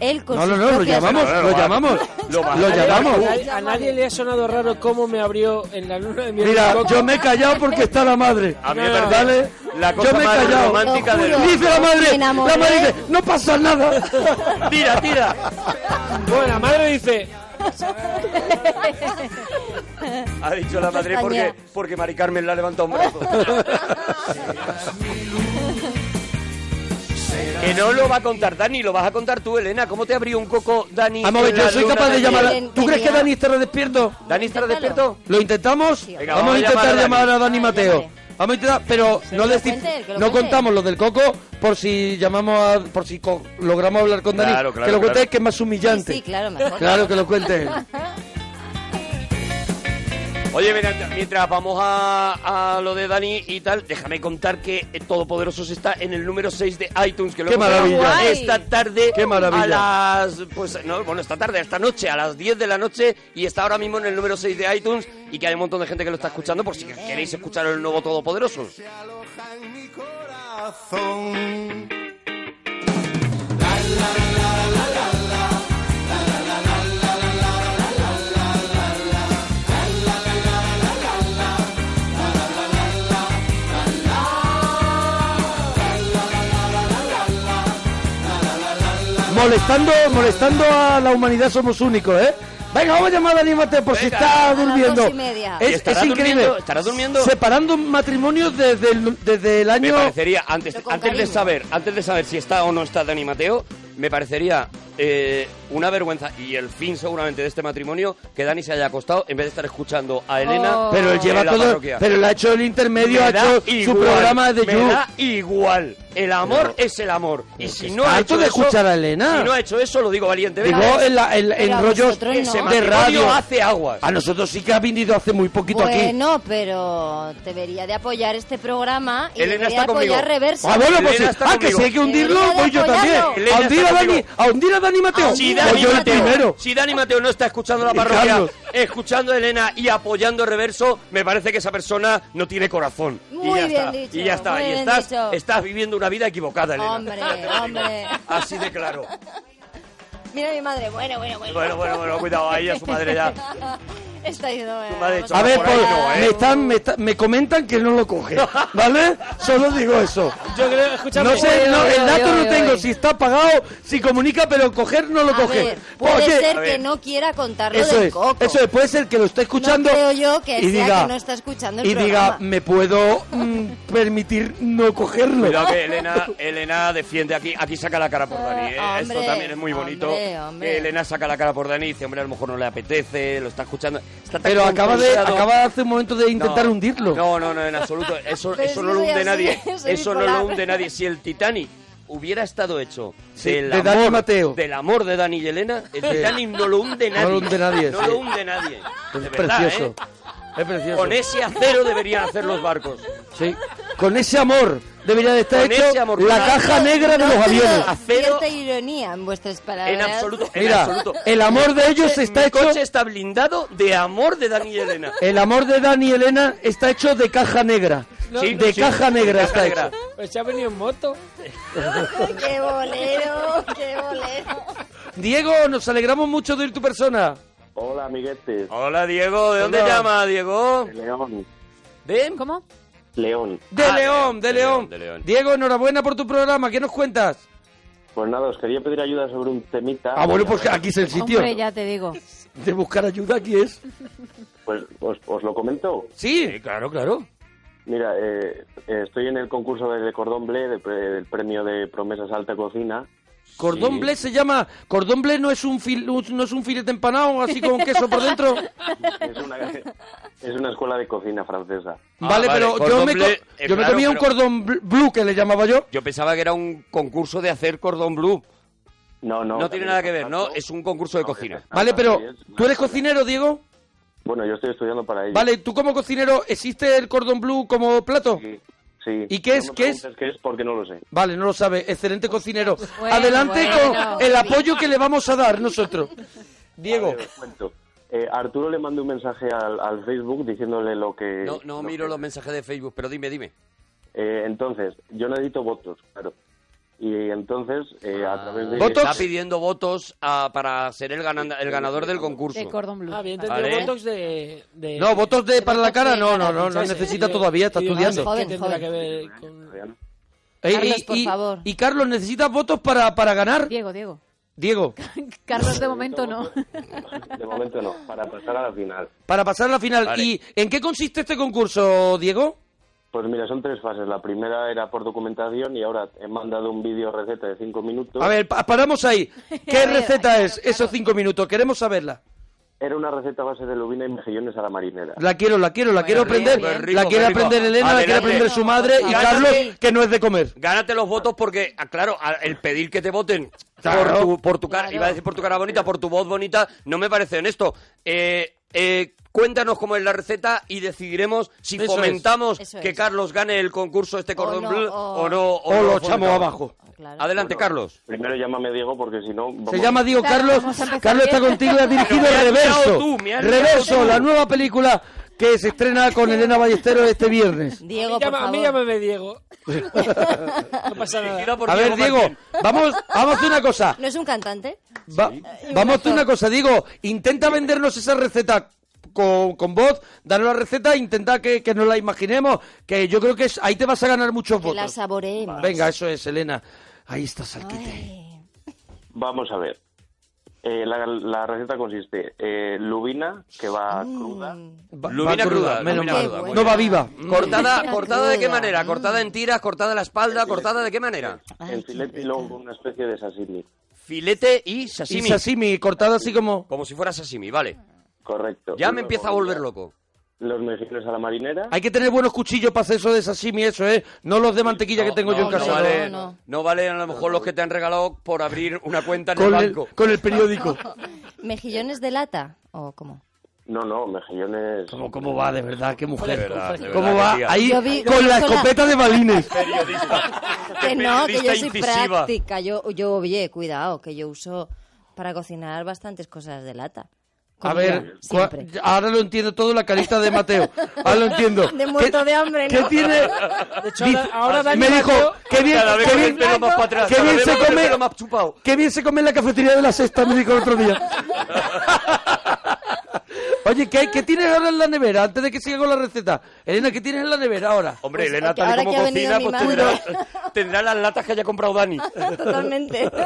C: Él con
A: No, no,
C: sus
A: no, lo
C: propias-
A: llamamos,
B: no, no,
A: lo
B: vale.
A: llamamos,
B: Lo
A: lo
B: vale.
A: llamamos.
E: A nadie- A nadie le ha sonado raro cómo me abrió en la luna de miel.
A: Mira,
E: un coco.
A: yo me he callado porque está la madre.
B: A mí me
A: Dale.
B: parece la cosa
A: yo me he
B: más
A: callado.
B: romántica
C: del mundo.
A: Dice la madre,
C: Me
A: la
C: enamoré.
A: madre dice, no pasa nada.
B: Tira, tira.
E: Bueno, la madre dice.
B: Ha dicho la madre porque, porque Mari Carmen la ha levantado un brazo. que no lo va a contar Dani, lo vas a contar tú, Elena. ¿Cómo te abrió un coco, Dani?
A: Vamos, a ver,
B: en
A: yo
B: la
A: soy
B: luna
A: capaz de
B: miel?
A: llamar.
C: Bien,
A: A... ¿Tú crees que
C: tenía-
A: Dani estará despierto?
B: ¿Dani estará
C: Inténtalo.
B: despierto?
A: ¿Lo intentamos?
B: Venga,
A: vamos, a intentar llamar a Dani
C: Vale,
A: Mateo.
C: Ah, llámale.
A: Vamos a intentar, pero
C: Que
A: no,
C: lo
A: decif-
C: cuente, que lo
A: no
C: cuente.
A: contamos lo del coco por si llamamos a, por si co- logramos hablar con Dani.
B: Claro, claro,
A: que lo cuente
B: claro.
A: que es más humillante.
C: Sí, sí, claro, mejor.
A: Claro, que lo cuente él.
B: Oye, mientras, mientras vamos a, a lo de Dani y tal, déjame contar que Todopoderosos está en el número 6 de iTunes, que lo
A: ¡Qué
B: hemos grabado
A: maravilla!
B: esta tarde
A: ¡Qué maravilla!
B: a las pues no, bueno, esta tarde, esta noche, a las 10 de la noche y está ahora mismo en el número 6 de iTunes y que hay un montón de gente que lo está escuchando por si queréis escuchar el nuevo Todopoderosos.
A: Molestando, molestando a la humanidad somos únicos, ¿eh? Venga, vamos a llamar a Dani Mateo por si
B: Venga.
A: está
C: A las
A: durmiendo.
C: dos y media.
A: Es,
B: ¿Y estará
A: es increíble.
B: durmiendo? ¿Estará durmiendo?
A: Separando matrimonios desde el, desde el
B: Me
A: año.
B: parecería, antes,
C: Pero con
B: antes de
C: cariño.
B: saber, antes de saber si está o no está Dani Mateo, me parecería eh, una vergüenza y el fin seguramente de este matrimonio que Dani se haya acostado en vez de estar escuchando a Elena.
D: Oh.
A: Pero él
B: en
A: lleva
B: la
A: todo.
B: parroquia.
A: Pero él ha hecho el intermedio,
B: Me
A: ha
B: da
A: hecho su
B: igual,
A: programa de
B: me
A: You.
B: da igual. El amor es el amor. Y si no ha
A: harto
B: hecho
A: de
B: eso,
A: escuchar a Elena.
B: Si no ha hecho eso, lo digo valientemente.
A: Digo, en, la- en- en
C: Pero a
A: rollos
C: vosotros
B: Ese
C: no.
A: de
B: matrimonio
A: radio.
B: hace aguas.
A: A nosotros sí que ha venido hace muy poquito aquí.
C: Bueno, pero debería de apoyar este programa y
B: Elena
C: debería
B: está
C: apoyar
B: conmigo.
C: Reversa.
A: Ah, bueno, pues sí.
B: Elena está
A: Ah, que
B: conmigo.
A: si hay que hundirlo,
C: Debería de
A: voy yo también.
C: apoyarlo.
B: Elena
A: A hundir a
B: está
A: Dani,
B: conmigo.
A: a hundir a Dani Mateo.
B: Si
C: Sí,
A: Pues
B: Dani,
A: yo el
B: Mateo,
A: primero.
B: si Dani Mateo no está escuchando la
A: Y
B: parroquia,
A: Carlos.
B: escuchando a Elena y apoyando a Reverso, me parece que esa persona no tiene corazón.
C: Muy
B: y ya
C: bien
B: está.
C: dicho,
B: Y ya está.
C: muy
B: y
C: bien
B: estás,
C: dicho.
B: estás viviendo una vida equivocada, Elena.
C: Hombre,
B: Ya te lo digo.
C: hombre.
B: Así de claro.
C: Mira a mi madre. Bueno, bueno, bueno.
B: Bueno, bueno, bueno, cuidado. Ahí a su madre ya.
C: Está yendo. eh,
B: Tu madre
C: vamos
B: echa
A: A ver,
B: Por ahí
A: pues,
B: no, ¿eh?
A: me, están, me, está- me comentan que no lo coge, ¿vale? Solo digo eso.
E: Yo creo, escúchame.
A: No sé,
D: Oye,
A: no,
D: oye,
A: el dato
D: oye,
A: no
D: oye,
A: tengo,
D: oye.
A: si está pagado, si comunica, pero coger no lo
C: a
A: coge.
C: ver, puede
A: Oye,
C: ser
B: a
C: que
B: ver.
C: no quiera contarlo
A: eso
C: del
A: es,
C: coco.
A: eso es, puede ser que lo esté escuchando
C: creo yo que
A: y
C: sea
A: diga,
C: que no está escuchando el
A: y diga,
C: programa.
A: me puedo mm, permitir no cogerlo.
B: Cuidado que Elena, Elena defiende aquí, aquí saca la cara por Dani. ¿eh?
C: Ah, hombre,
B: Esto también es muy bonito.
C: hombre, hombre.
B: Que Elena saca la cara por Dani y dice, hombre, a lo mejor no le apetece, lo está escuchando. Está tan
A: Pero acaba de,
B: compensado.
A: acaba hace un momento de intentar
B: No,
A: hundirlo.
B: No, no, no, en absoluto. Eso,
C: Pero
B: eso
C: si
B: no lo
C: soy
B: hunde
C: así,
B: nadie.
C: soy
B: Eso no lo
C: bipolar.
B: hunde nadie. Si el Titanic hubiera estado hecho
A: Sí,
B: del,
A: de
B: amor,
A: Dani Mateo.
B: del amor de Dani y Elena, el Titanic no lo hunde
A: No
B: nadie.
A: lo hunde nadie,
B: No
A: sí.
B: lo hunde nadie.
A: Es
B: De verdad,
A: precioso. Es
B: ¿eh?
A: precioso.
B: Con ese acero deberían hacer los barcos.
A: Sí. Con ese amor debería de estar
B: Con
A: hecho
B: ese amor.
A: la
B: No,
A: caja negra de
C: No
A: los
C: veo
A: aviones.
B: Acero-
C: Cierta ironía en vuestras palabras.
B: En absoluto, en
A: Mira,
B: absoluto.
A: el amor de ellos está
B: Mi
A: hecho.
B: coche está blindado de amor de Dani y Elena.
A: El amor de Dani y Elena está hecho de caja negra.
E: No,
B: Sí,
A: de
B: sí,
A: caja
B: de
A: negra
B: caja
A: está
B: negra.
A: hecho.
E: Pues se ha venido en moto.
C: ¡Qué bolero! ¡Qué bolero!
A: Diego, nos alegramos mucho de oír tu persona.
G: Hola, amiguetes.
B: Hola, Diego. ¿De dónde
A: Hola.
B: llama, Diego?
G: León.
B: ¿De?
D: ¿Cómo?
G: León.
A: De
B: Ah, de
A: León, de,
B: de
A: León.
B: León, de León.
A: Diego, enhorabuena por tu programa. ¿Qué nos cuentas?
G: Pues nada, os quería pedir ayuda sobre un temita.
A: Ah, bueno, pues aquí es el sitio.
D: Hombre, ya te digo.
A: De buscar ayuda aquí es.
G: Pues os, os lo comento.
A: Sí.
B: claro, claro.
G: Mira, eh, eh, estoy en el concurso del Cordón Bleu, de pre- del premio de Promesas Alta Cocina.
A: Cordón
B: Sí.
A: bleu se llama. Cordón bleu no es un fil- no es un filete empanado así con queso por dentro.
B: Ah,
G: Es una, es una escuela de cocina francesa.
B: Ah,
A: vale,
B: vale,
A: pero yo
B: cordón
A: me, co-
B: bleu, eh,
A: yo me
B: claro,
A: comía un
B: pero-
A: cordón bl- blue que le llamaba yo.
B: Yo pensaba que era un concurso de hacer cordón blue.
G: No, no.
B: No, tiene
G: también
B: nada
G: es
B: que ver, ¿no?
G: francés.
B: Es un concurso de
G: No,
B: cocina.
G: es-
A: Vale,
G: Ah,
A: pero
G: sí, es-
A: ¿tú eres cocinero, Diego?
G: Bueno, yo estoy estudiando para ello.
A: Vale, tú como cocinero, ¿existe el cordón blue como plato?
G: Sí. sí.
A: ¿Y qué es-
G: No me
A: qué es?
G: preguntes ¿Qué es? Porque no lo sé.
A: Vale, no lo sabe. Excelente cocinero.
D: Bueno,
A: Adelante
D: bueno.
A: con el apoyo que le vamos a dar nosotros. Diego.
G: A ver, os cuento. Eh, Arturo le mandó un mensaje al, al Facebook diciéndole lo que...
B: No, no
G: lo
B: miro
G: que-
B: los mensajes de Facebook, pero dime, dime.
G: Eh, entonces, yo necesito votos, claro. Y entonces, eh,
B: Ah.
G: a través de...
A: ¿Votos?
B: Está pidiendo votos a- para ser el, ganan- el ganador del concurso.
D: De cordón blue.
E: Ah, bien, te
B: Vale.
E: botox de, de-
A: No, votos de para la cara, no, no, no, no
E: pinchase.
A: necesita
E: Y-
A: todavía, está
E: y-
A: estudiando.
E: ¿Qué
C: Joven,
E: tendrá
C: joven.
E: que ver con-
A: Eh,
C: Carlos,
A: y-
C: por
A: y-
C: favor.
A: Y Carlos, ¿necesitas votos para, para ganar?
D: Diego, Diego.
A: Diego,
D: Carlos, de momento no.
G: De momento no, para pasar a la final.
A: para pasar a la final.
B: Vale.
A: ¿Y en qué consiste este concurso, Diego?
G: Pues mira, son tres fases. La primera era por documentación y ahora he mandado un vídeo receta de cinco minutos.
A: A ver, pa- paramos ahí. ¿Qué
D: A ver,
A: receta
D: claro,
A: es esos cinco minutos? Queremos saberla.
H: Era una receta a base de lubina y mejillones a la marinera.
A: La quiero, la quiero, la quiero
D: bien,
A: aprender.
D: bien.
B: Rico,
A: la quiere
B: rico.
A: aprender Elena, la quiere
B: Adelante.
A: aprender su madre y
B: Gánate.
A: Carlos, que no es de comer.
B: Gánate los votos porque, ah, claro, a- el pedir que te voten
A: Claro.
B: por tu, por tu cara,
C: Claro.
B: iba a decir por tu cara bonita, por tu voz bonita, no me parece honesto. Eh, eh, cuéntanos cómo es la receta y decidiremos si
A: Eso
B: fomentamos
C: es. Eso
B: que
C: es.
B: Carlos gane el concurso este cordón
C: no,
B: bleu
C: o- Oh,
B: o no.
A: O
B: no
A: lo
B: fomentamos.
A: echamos abajo.
C: Claro.
B: Adelante, Carlos.
H: Primero llámame Diego porque si no... vamos-
A: Se llama Diego
D: Claro,
A: Carlos.
D: vamos a empezar
A: Carlos
D: bien.
A: está contigo y ha dirigido
B: Pero me has liado
A: Reverso.
B: tú, me has liado
A: Reverso,
B: tú.
A: la nueva película que se estrena con Elena Ballesteros este viernes.
C: Diego, por
E: Llama- a mí
C: favor.
E: llámame Diego. No pasa nada.
B: Dirigida por
A: A ver, Diego,
B: Martín.
A: vamos, vamos a hacer una cosa.
C: ¿No es un cantante?
A: Va- vamos a hacer una cosa, Diego. Intenta vendernos esa receta con, con voz. Danos la receta, intenta que, que nos la imaginemos. Que yo creo que es- ahí te vas a ganar muchos
C: Que la
A: votos.
C: saboreemos.
A: Venga, eso es, Elena. Ahí está Salquete.
C: Ay.
H: Vamos a ver. Eh, la, la receta consiste eh, lubina, que va
C: Mm.
H: cruda,
A: Va-
B: Lubina
A: va
B: cruda,
A: menos
B: lubina
A: mal.
B: cruda,
A: No
C: bueno.
A: va viva.
B: Cortada,
C: Mm.
B: cortada de qué
C: Cruda.
B: manera?
C: Mm.
B: Cortada en tiras, cortada en la espalda, cortada de qué manera?
C: Ay,
H: en
C: qué
H: filete y
C: rica.
H: luego con una especie de sashimi.
B: Filete y
A: Y
B: sashimi.
A: sashimi, cortada así como...
B: Como si fuera sashimi, vale.
H: Correcto.
B: Ya
H: Y
B: me
H: luego
B: empieza a volver loco.
H: Los mejillones a la marinera.
A: Hay que tener buenos cuchillos para hacer eso de sashimi, eso, ¿eh? No los de mantequilla que tengo yo en
B: no
A: casa.
B: Vale,
C: No, no.
B: no vale a lo mejor los que te han regalado por abrir una cuenta en el
A: Con, el,
B: banco.
A: con el periódico.
C: ¿Mejillones de lata? ¿O cómo?
H: No, no, mejillones...
A: ¿Cómo, ¿Cómo va, de verdad? Qué mujer.
B: De verdad, de
A: ¿Cómo
B: verdad,
A: va?
B: qué tía.
A: Ahí,
C: Yo vi-
A: con la
C: con la-
A: escopeta de balines.
C: Que no, que yo
B: Periodista
C: soy
B: incisiva.
C: práctica. Yo, yo, oye, cuidado, que yo uso para cocinar bastantes cosas de lata.
A: A
C: Comida,
A: ver, cua-
C: siempre.
A: ahora lo entiendo todo la carita de Mateo. Ahora lo entiendo.
C: De muerto
A: ¿Qué-
C: de hambre,
A: ¿Qué
C: ¿no?
A: tiene?
E: hecho,
A: Dice-
E: ahora- ahora Dani
A: me dijo,
E: Mateo-
A: qué bien,
B: Cada vez
A: qué
B: con el
A: bien,
B: pelo más para atrás,
A: qué
B: cada
A: bien
B: vez
A: se
B: con el
A: come,
B: pelo más chupado.
A: qué bien se come en la cafetería de la sexta, me dijo el otro día. Oye, ¿qué, ¿qué tienes ahora en la nevera? Antes de que siga con la receta. Elena, ¿qué tienes en la nevera ahora?
B: Hombre,
C: Pues,
B: Elena,
C: que
B: tal
C: ahora
B: y como
C: que ha venido
B: cocina,
C: mi
B: pues
C: madre.
B: tendrá, tendrá las latas que haya comprado Dani.
C: Totalmente.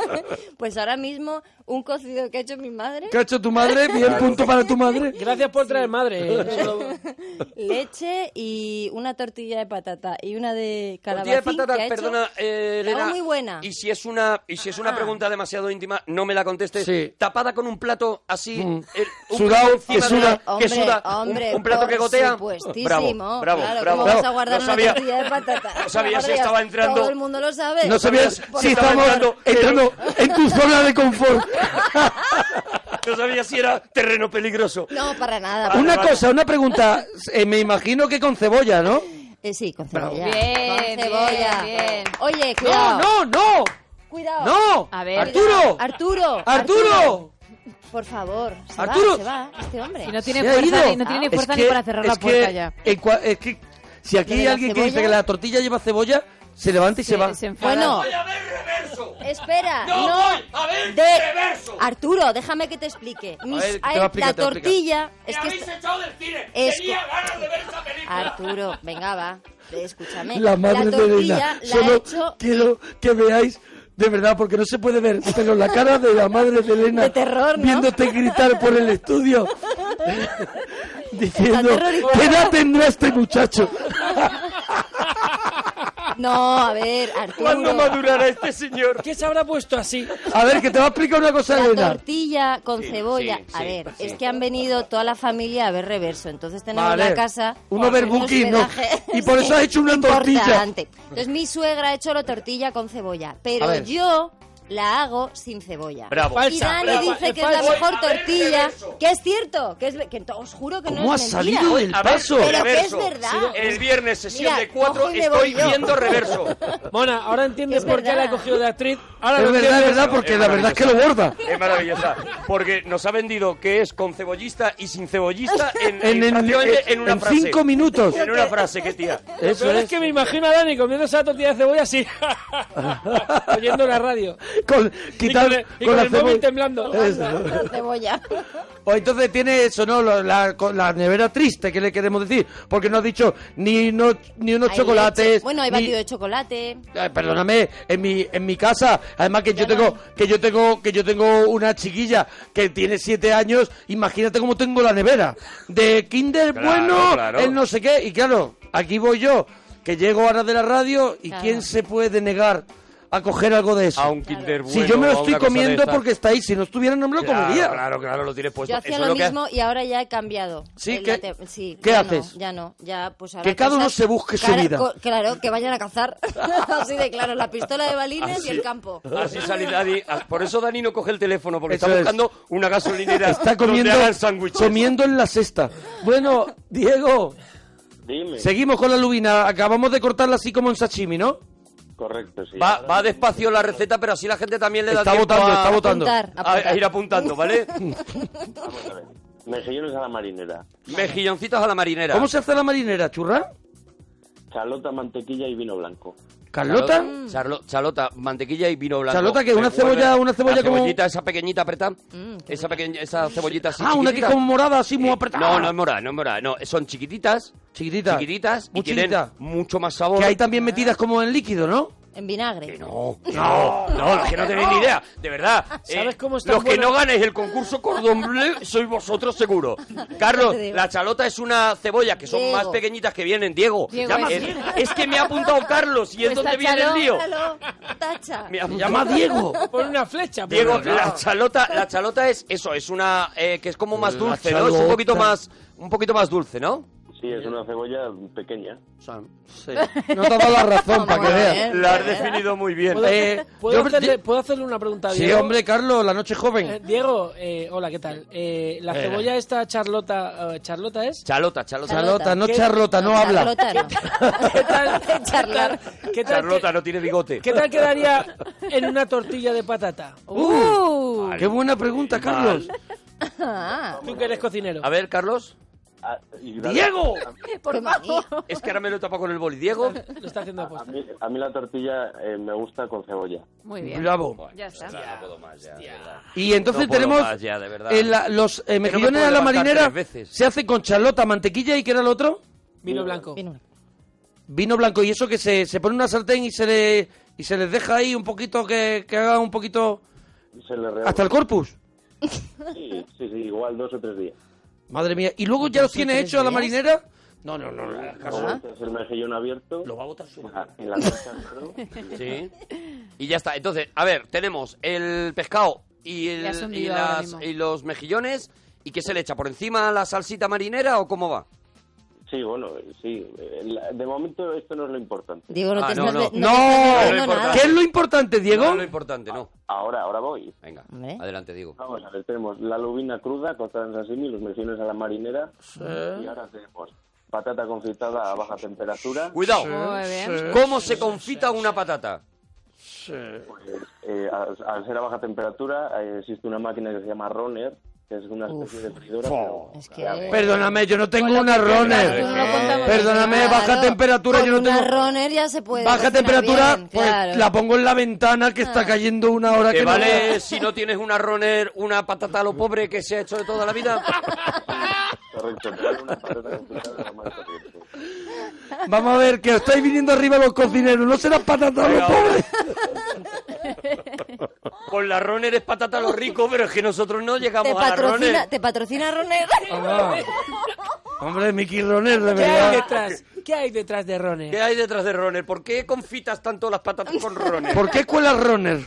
C: Pues ahora mismo, un cocido que ha hecho mi madre,
A: ¿Qué ha hecho tu madre? Bien, punto para tu madre.
E: Gracias por traer madre. eh, Eso lo-
C: leche y una tortilla de patata y una de calabacín
B: Tortilla de patata,
C: que ha hecho.
B: perdona, eh,
C: Estaba
B: Elena.
C: muy buena.
B: Y si es una, y si es una
C: Ah.
B: pregunta demasiado íntima, no me la contestes.
A: Sí.
B: Tapada con un plato así, el- un
A: Sudado,
B: plato encima
A: que
B: de
A: suda,
B: la-
C: Hombre,
B: que suda, un-
C: hombre,
B: un, plato
C: por
B: que gotea.
C: supuestísimo.
B: Bravo, bravo,
C: claro,
B: bravo.
C: ¿cómo vas a
B: Bravo.
C: guardar
B: No
C: una
B: sabía-
C: tortilla de patata?
B: No sabía
C: Por
B: si
C: Dios,
B: estaba entrando.
C: Todo el mundo lo sabe.
A: No
B: sabías
A: sabías si
B: por
A: estamos
B: dónde estaba entrando,
A: entrando en tu zona de confort.
B: No sabía si era terreno peligroso.
C: No, para nada.
B: Vale,
A: Una
B: vale.
A: cosa, una pregunta. Eh, me imagino que con cebolla, ¿no?
C: Eh, sí, con cebolla.
D: Bien,
C: con cebolla.
D: bien, bien.
C: Oye,
A: No,
C: cuidado.
A: no, no.
C: Cuidado.
A: No.
D: A ver.
A: Arturo.
C: Arturo.
A: Arturo.
C: Por favor. Se
A: Arturo.
C: Va, se va este hombre.
D: Y no
A: Se
D: tiene
A: ha
D: fuerza,
A: ido. Ah,
D: ni- no tiene
A: Es
D: ni fuerza
A: que-
D: ni para cerrar la
A: es
D: puerta
A: que-
D: ya.
A: en cua- es que si aquí
C: ¿Lo de
A: hay
C: la
A: alguien que dice
C: cebolla?
A: que la tortilla lleva cebolla, se levanta y se, va.
D: Se enfada.
C: Bueno,
B: ¡Voy a ver reverso!
C: espera.
B: ¡No
C: No,
B: voy a ver reverso!
C: Arturo, déjame que te explique. Mis-
A: ver, te
C: ay,
A: va a explicar,
C: la
A: te va a explicar.
C: tortilla.
B: ¡Me
C: Es que
B: habéis
C: esta-
B: echado del cine!
C: Es-
B: ¡Tenía ganas de ver esa película!
C: Arturo, venga, va. Escúchame.
A: La madre de
C: tortilla
A: Elena.
C: la
A: Solo
C: ha hecho
A: quiero que veáis, de verdad, porque no se puede ver, pero la cara de la madre de Elena.
C: De terror, ¿no?
A: Viéndote gritar por el estudio. diciendo,
C: terrorizada.
A: ¿qué edad tendrá este muchacho?
C: No, a ver,
B: ¿Cuándo
C: Arturo.
B: madurará este señor?
E: ¿Qué se habrá puesto así?
A: A ver, que te va a explicar una cosa,
C: La
A: Elena.
C: tortilla con cebolla.
B: sí,
C: a
B: sí,
C: ver,
B: sí.
C: es que han venido toda la familia a ver reverso. Entonces tenemos
A: Vale.
C: la casa.
A: Un
C: con
A: overbooking, ¿no?
C: hospedaje.
A: Y por eso has hecho una tortilla.
C: Importante. Entonces mi suegra ha hecho la tortilla con cebolla.
A: A
C: Pero
A: ver.
C: yo la hago sin cebolla.
B: Bravo.
C: Y
E: Falsa,
C: Dani
E: brava,
C: dice
E: es
C: que es la
E: falsa.
B: Voy
C: mejor
B: a ver
C: tortilla.
B: reverso.
C: Que es cierto. Que, es, ve- que to- os juro que
A: ¿Cómo
C: no
A: ha
C: es mentira.
A: salido del
B: A ver,
A: paso?
C: Pero que es
B: reverso.
C: verdad.
B: El viernes, sesión
C: Mira,
B: de cuatro,
C: cojo y me
B: estoy
C: voy yo.
B: viendo reverso.
E: Mona, ahora entiendes
C: Es
E: por qué
C: verdad.
E: la he cogido de actriz. Ahora
A: Es
E: lo
A: verdad, es
E: entiendes.
A: verdad, porque
B: Es
A: la verdad es que lo borda.
B: Es maravillosa. Porque nos ha vendido que es con cebollista y sin cebollista en,
A: En, en-
B: prácticamente en una
A: en
B: frase.
A: cinco minutos.
B: En una frase, qué tía.
E: Lo
A: Eso
E: peor es.
A: es.
E: que me imagino a Dani comiéndose la tortilla de cebolla así. oyendo la radio.
A: Con, quitar,
E: y con el- y con
A: con la
E: el móvil
A: cebolla.
E: temblando.
A: Eso.
C: Con cebolla.
A: O entonces tiene eso, ¿no? Lo- La, co- la nevera triste, que le queremos decir? Porque no has dicho ni, no, ni unos
C: Hay leche.
A: chocolates.
C: Bueno, hay
A: ni-
C: batido de chocolate.
A: Eh, perdóname, en mi, en mi casa, además que yo
C: Ya no
A: tengo, que yo tengo, que yo tengo una chiquilla que tiene siete años, imagínate cómo tengo la nevera. De Kinder
B: Claro,
A: bueno,
B: claro.
A: el no sé qué, y claro, aquí voy yo, que llego ahora de la radio, y
D: Claro.
A: quién se puede negar a coger algo de eso.
B: A un Kinder
A: si
B: Bueno,
A: yo
B: a
A: me
B: una
A: lo estoy
B: cosa de
A: comiendo
B: estas.
A: porque está ahí, si no estuviera no me lo
B: Claro,
A: comería.
B: Claro, claro, lo tienes puesto.
C: Yo
B: Pues Eso
C: hacía
B: es
C: lo
B: que
C: mismo y ahora ya he cambiado.
A: Sí,
C: Eh,
A: ¿qué-
C: la te- sí,
A: qué
C: ya
A: haces?
C: No, ya no, ya pues ahora
A: Que cada uno
C: cazas-
A: se busque su vida.
C: co- claro, que vayan a cazar. Así de claro, la pistola de
B: Ah,
C: balines y el campo.
B: Así sale Dani. Ah, Por eso Dani no coge el teléfono, porque
A: Eso
B: está
A: es.
B: buscando una gasolinera
A: Está comiendo,
B: donde hagan sándwiches.
A: comiendo en la cesta. Bueno, Diego,
H: Dime.
A: seguimos con la lubina. Acabamos de cortarla así como en sashimi, ¿no?
H: Correcto, sí.
B: Va, va despacio la receta, pero así la gente también le da
A: Está
B: tiempo
A: votando,
B: a-
A: está votando.
C: Apuntar,
B: a- a ir apuntando, ¿vale?
H: Vamos a ver. Mejillones a la marinera.
B: Mejilloncitos a la marinera.
A: ¿Cómo se hace la marinera, churra?
H: Charlota, mantequilla y vino blanco.
A: ¿Carlota?
B: Charlo- charlota, mantequilla y vino blanco.
A: Charlota, que es una
B: Se vuelve-
A: cebolla- una cebolla
B: la
A: como-
B: cebollita, esa pequeñita apretada. esa, pequeña, esa cebollita así
A: Ah, una que es
B: chiquitita.
A: como morada, así muy
B: Eh,
A: apretada.
B: No, no es morada, no es morada. No, son chiquititas.
A: Chiquitita.
B: Chiquititas.
A: Muy
B: y tienen
A: chiquita.
B: mucho más sabor.
A: Que hay también metidas como en líquido, ¿no?
C: En
B: Que
C: vinagre.
B: no, no, no, los que no tenéis ni idea, de verdad. Eh,
E: ¿Sabes cómo están
B: los que
E: buenos?
B: no ganéis el concurso Cordon Bleu sois vosotros seguro. Carlos,
C: Ya te digo.
B: la chalota es una cebolla que son
C: Diego.
B: más pequeñitas que vienen, Diego.
D: Diego,
B: Llama-
D: es-
B: es, es que me ha apuntado Carlos y es
D: Pues
B: donde
D: la
B: viene el
D: chalo-
B: lío.
C: Claro, tacha.
B: Me ha-
A: Llama a Diego.
E: Pon una flecha. por
B: Diego,
E: favor.
B: la chalota, la chalota es eso, es una eh, que es como más
A: La
B: dulce, ¿no? Es un poquito
A: chalota.
B: más, un poquito más dulce, ¿no?
H: Sí, es una cebolla pequeña.
B: O sea,
A: No te ha dado la razón, para que
C: Muy
A: veas.
C: bien,
B: la has
C: muy bien.
B: definido muy bien.
E: ¿Puedo,
A: Eh,
E: puedo
A: yo-
E: hacerle,
A: yo-
E: puedo hacerle una pregunta a
A: Sí,
E: Diego?
A: hombre, Carlos, la noche es
E: Eh,
A: joven.
E: Diego, eh, hola, ¿qué tal? Eh, la
A: Eh.
E: cebolla esta charlota, eh, charlota es.
B: Chalota, chalota.
A: Charlota, no
E: ¿Qué?
A: charlota, no habla.
C: Charlota, no.
E: ¿Qué tal?
C: Charlar.
E: ¿Qué tal,
B: Charlota
E: qué-
B: no tiene bigote.
E: qué tal quedaría en una tortilla de patata?
A: Uh, ¡Qué buena pregunta, Carlos!
E: Tú que eres cocinero.
B: A ver, Carlos.
H: Ah, y la-
B: ¡Diego!
C: Qué manía.
B: Es que ahora me lo tapa con el boli. Diego.
E: Lo está haciendo
B: pues,
H: A
E: apuesta.
H: mí, a mí la tortilla eh, me gusta con cebolla.
D: Muy bien.
A: Bravo.
D: Ya está.
A: Y entonces
B: No puedo
A: tenemos
B: más ya, de verdad.
A: eh, la- los eh,
B: me puedo
A: mejillones a la
B: levantar
A: marinera.
B: tres veces.
A: Se hace con charlota, mantequilla y ¿qué era lo otro?
E: Vino blanco.
C: Vino una.
A: Vino blanco y eso que se, se pone en una sartén y se, le, y se les deja ahí un poquito que, que haga un poquito...
H: Se le re...
A: Hasta el corpus.
H: sí, sí, sí, igual dos o tres días.
A: Madre mía. ¿Y luego ya los tiene hecho a la marinera? No, no, no. no, Carlos,
H: Luego echas el mejillón abierto.
A: Lo va a botar su
H: ah, Y la salsa dentro.
B: Sí. Y ya está. Entonces, a ver, tenemos el pescado y, el-
D: Ya has hundido
B: y,
D: ahora
B: las-
D: mismo.
B: y los mejillones. ¿Y qué se le echa? ¿Por encima la salsita marinera o cómo va?
H: Sí, bueno, sí. eh, la- De momento esto no es lo importante.
C: Diego, no
B: Ah,
C: te
B: no,
C: estás
B: no.
C: ve-
A: ¡No!
C: te estás
B: No,
C: viendo
B: no
C: nada.
A: ¿Qué es lo importante,
B: No
A: Diego?
B: es lo importante, no.
H: Ahora, ahora voy.
B: Venga,
C: Hombre.
B: adelante, Diego.
H: Vamos a ver, tenemos la lubina cruda cortada en sashimi, los mejillones a la marinera. Y ahora tenemos patata confitada a baja temperatura.
B: Cuidado.
D: Muy bien.
B: ¿Cómo se confita una patata?
H: Pues, eh, al, al ser a baja temperatura eh, existe una máquina que se llama Roner, que es una especie de freidora. pero-
C: Es que...
A: Perdóname, yo no tengo una
D: tú no lo
A: runner.
D: contamos.
A: Perdóname,
C: Claro,
A: baja temperatura,
C: con
A: yo no
C: una
A: tengo...
C: runner ya se puede
A: Baja
C: cocinar
A: temperatura,
C: bien,
A: pues
C: claro.
A: la pongo en la ventana que está cayendo una hora
B: ¿Te
A: que no-
B: vale si no tienes una roner, una patata a lo pobre que se ha hecho de toda la vida?
H: Correcto, pero una patata confitada a la más corriente.
A: Vamos a ver, que os estáis viniendo arriba los cocineros. No serás patata, los
B: Venga,
A: pobres.
B: Con la roner es patata a lo rico, pero es que nosotros no llegamos
C: te
B: a la roner.
C: patrocina, te patrocina Roner.
A: Ah, Hombre, Mickey Roner, de
E: ¿Qué hay
A: verdad.
E: detrás? ¿Qué hay detrás de
B: ¿Qué
E: Roner?
B: hay detrás de Roner? ¿Por qué confitas tanto las patatas con Roner?
A: ¿Por qué cuela Roner?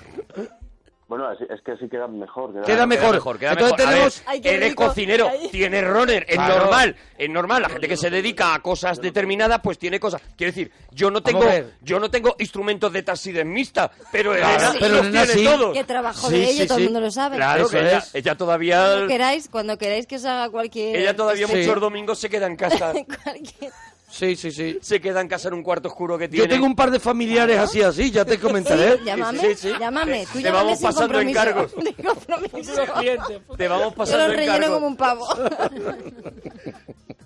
H: Bueno, así- es que así queda mejor.
A: Queda mejor. Entonces
B: A ver,
A: tenemos-
C: Ay, qué
B: eres
C: rico.
B: cocinero,
C: Ay.
B: tienes runner, es
A: Claro.
B: normal, es normal. La gente que se dedica a cosas determinadas, pues tiene cosas. Quiero decir, yo no tengo,
A: Vamos a ver.
B: yo no tengo instrumentos de taxidermista, pero
A: Claro,
B: Elena sí
A: pero
B: los
A: Elena
B: tiene
A: sí.
B: todos.
C: que trabajo
A: Sí,
C: de ello,
A: sí,
C: todo
A: sí.
C: el mundo lo sabe.
B: Claro,
A: Eso
B: que ella,
A: es.
B: ella todavía,
C: Cuando queráis, cuando queráis que os haga cualquier...
B: ella todavía
A: Sí.
B: muchos domingos se queda en casa,
C: cualquier-
A: Sí, sí, sí.
B: se queda en casa en un cuarto oscuro que tiene.
A: Yo tengo un par de familiares así, así, ya te comentaré.
C: Llámame,
B: Sí, sí, sí.
C: llámame.
B: Te-
C: Tú
B: te
C: llámame
B: vamos
C: sin
B: pasando
C: compromiso.
B: encargos.
C: Sin compromiso.
E: Cliente, puta.
B: Te vamos
C: Yo los
B: pasando
C: relleno
B: encargo.
C: como un pavo.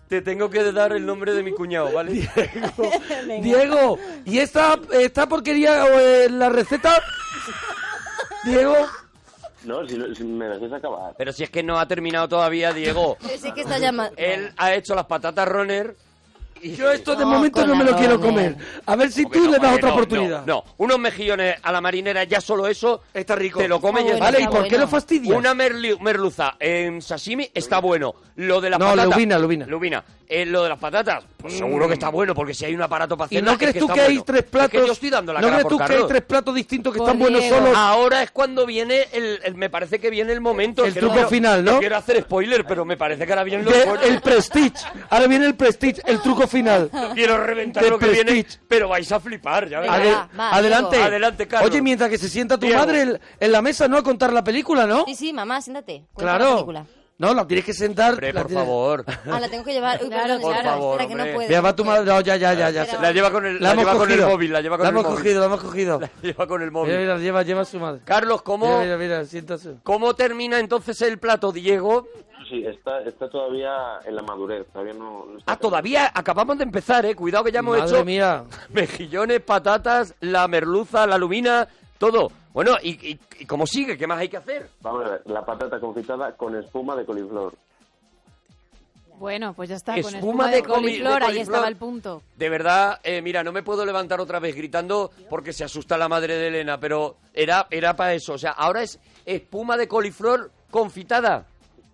B: Te tengo que dar el nombre de mi cuñado, ¿vale?
A: Diego, ¿y esta, esta porquería o eh, la receta? Diego,
H: No, si, no- si me dejes acabar.
B: Pero si es que no ha terminado todavía, Diego.
C: Yo sé que está llamando.
B: Él ha hecho las patatas Roner.
A: yo esto de
C: No,
A: momento
C: con
A: no me
C: la
A: lo quiero
C: Roner.
A: comer. A ver si tú
B: no,
A: le das
B: vale,
A: otra
B: no,
A: oportunidad.
B: No, no. unos mejillones a la marinera, ya solo eso.
A: Está rico. Ah,
B: Te lo comes y
C: Está bueno,
A: Vale, ¿y
C: está
A: por qué
C: bueno.
A: lo fastidias?
B: Una merli- merluza en sashimi está bueno. Lo de la
A: No,
B: patata.
A: lubina, lubina.
B: Lubina. Eh, lo de las patatas, pues seguro que está bueno, porque si hay un aparato para
A: ¿Y
B: hacer
A: no crees tú que hay tres platos?
B: Es que yo estoy dando la
A: ¿No
B: cara
A: crees
B: por
A: tú que hay
B: Carlos. Ah,
A: tres platos distintos que
D: Por
A: están buenos
D: Diego.
A: solos?
B: Ahora es cuando viene el, el- Me parece que viene el momento.
A: El
B: es que
A: truco final, ¿no?
B: quiero hacer spoiler, pero me parece que ahora vienen los
A: De-
B: buenos.
A: el prestige. Ahora viene el prestige, el truco final.
B: Quiero reventar
A: de
B: lo que viene,
A: Prestige.
B: pero vais a flipar, ya
C: Venga,
A: Ade-
B: verás.
C: va, va,
A: adelante.
B: Diego. Adelante, Carlos.
A: Oye, mientras que se sienta tu
B: Diego.
A: madre en, en la mesa, ¿no? A contar la película, ¿no?
C: Sí, sí, mamá, siéntate. cuenta La
A: claro.
C: película.
A: No, la tienes que sentar.
B: Hombre,
A: la
B: por
A: tienes-
B: favor.
C: Ah, la tengo que llevar. Uy,
D: Claro,
C: perdón,
D: por
C: espera,
B: favor,
C: espera, que
B: hombre.
C: no puedo.
A: Mira, va tu madre. No, ya, ya, ya. ya.
C: Espera,
B: La lleva con el, la
A: hemos
B: lleva con el
A: cogido.
B: móvil, la lleva con
A: La
B: el
A: hemos
B: móvil.
A: cogido, la hemos cogido.
B: La lleva con el
A: Mira,
B: móvil.
A: mira, lleva, lleva su madre.
B: Carlos,
A: Mira,
B: ¿cómo,
A: mira, mira, siéntase.
B: ¿cómo termina entonces el plato, Diego?
H: Sí, está, está todavía en la madurez, todavía no, no está
B: Ah, todavía acabamos de empezar, eh. Cuidado que ya hemos
A: Madre
B: hecho
A: mía.
B: mejillones, patatas, la merluza, la lumina, todo. Bueno, ¿y, y, y cómo sigue? ¿Qué más hay que hacer?
H: Vamos a ver, la patata confitada con espuma de coliflor.
D: Bueno, pues ya está. con
B: Espuma
D: espuma
B: de
D: de,
B: comi- de
D: coliflor, ahí
B: coliflor.
D: estaba el punto.
B: De verdad, eh, mira, no me puedo levantar otra vez gritando porque se asusta la madre de Elena, pero era, era para eso. O sea, ahora es espuma de coliflor confitada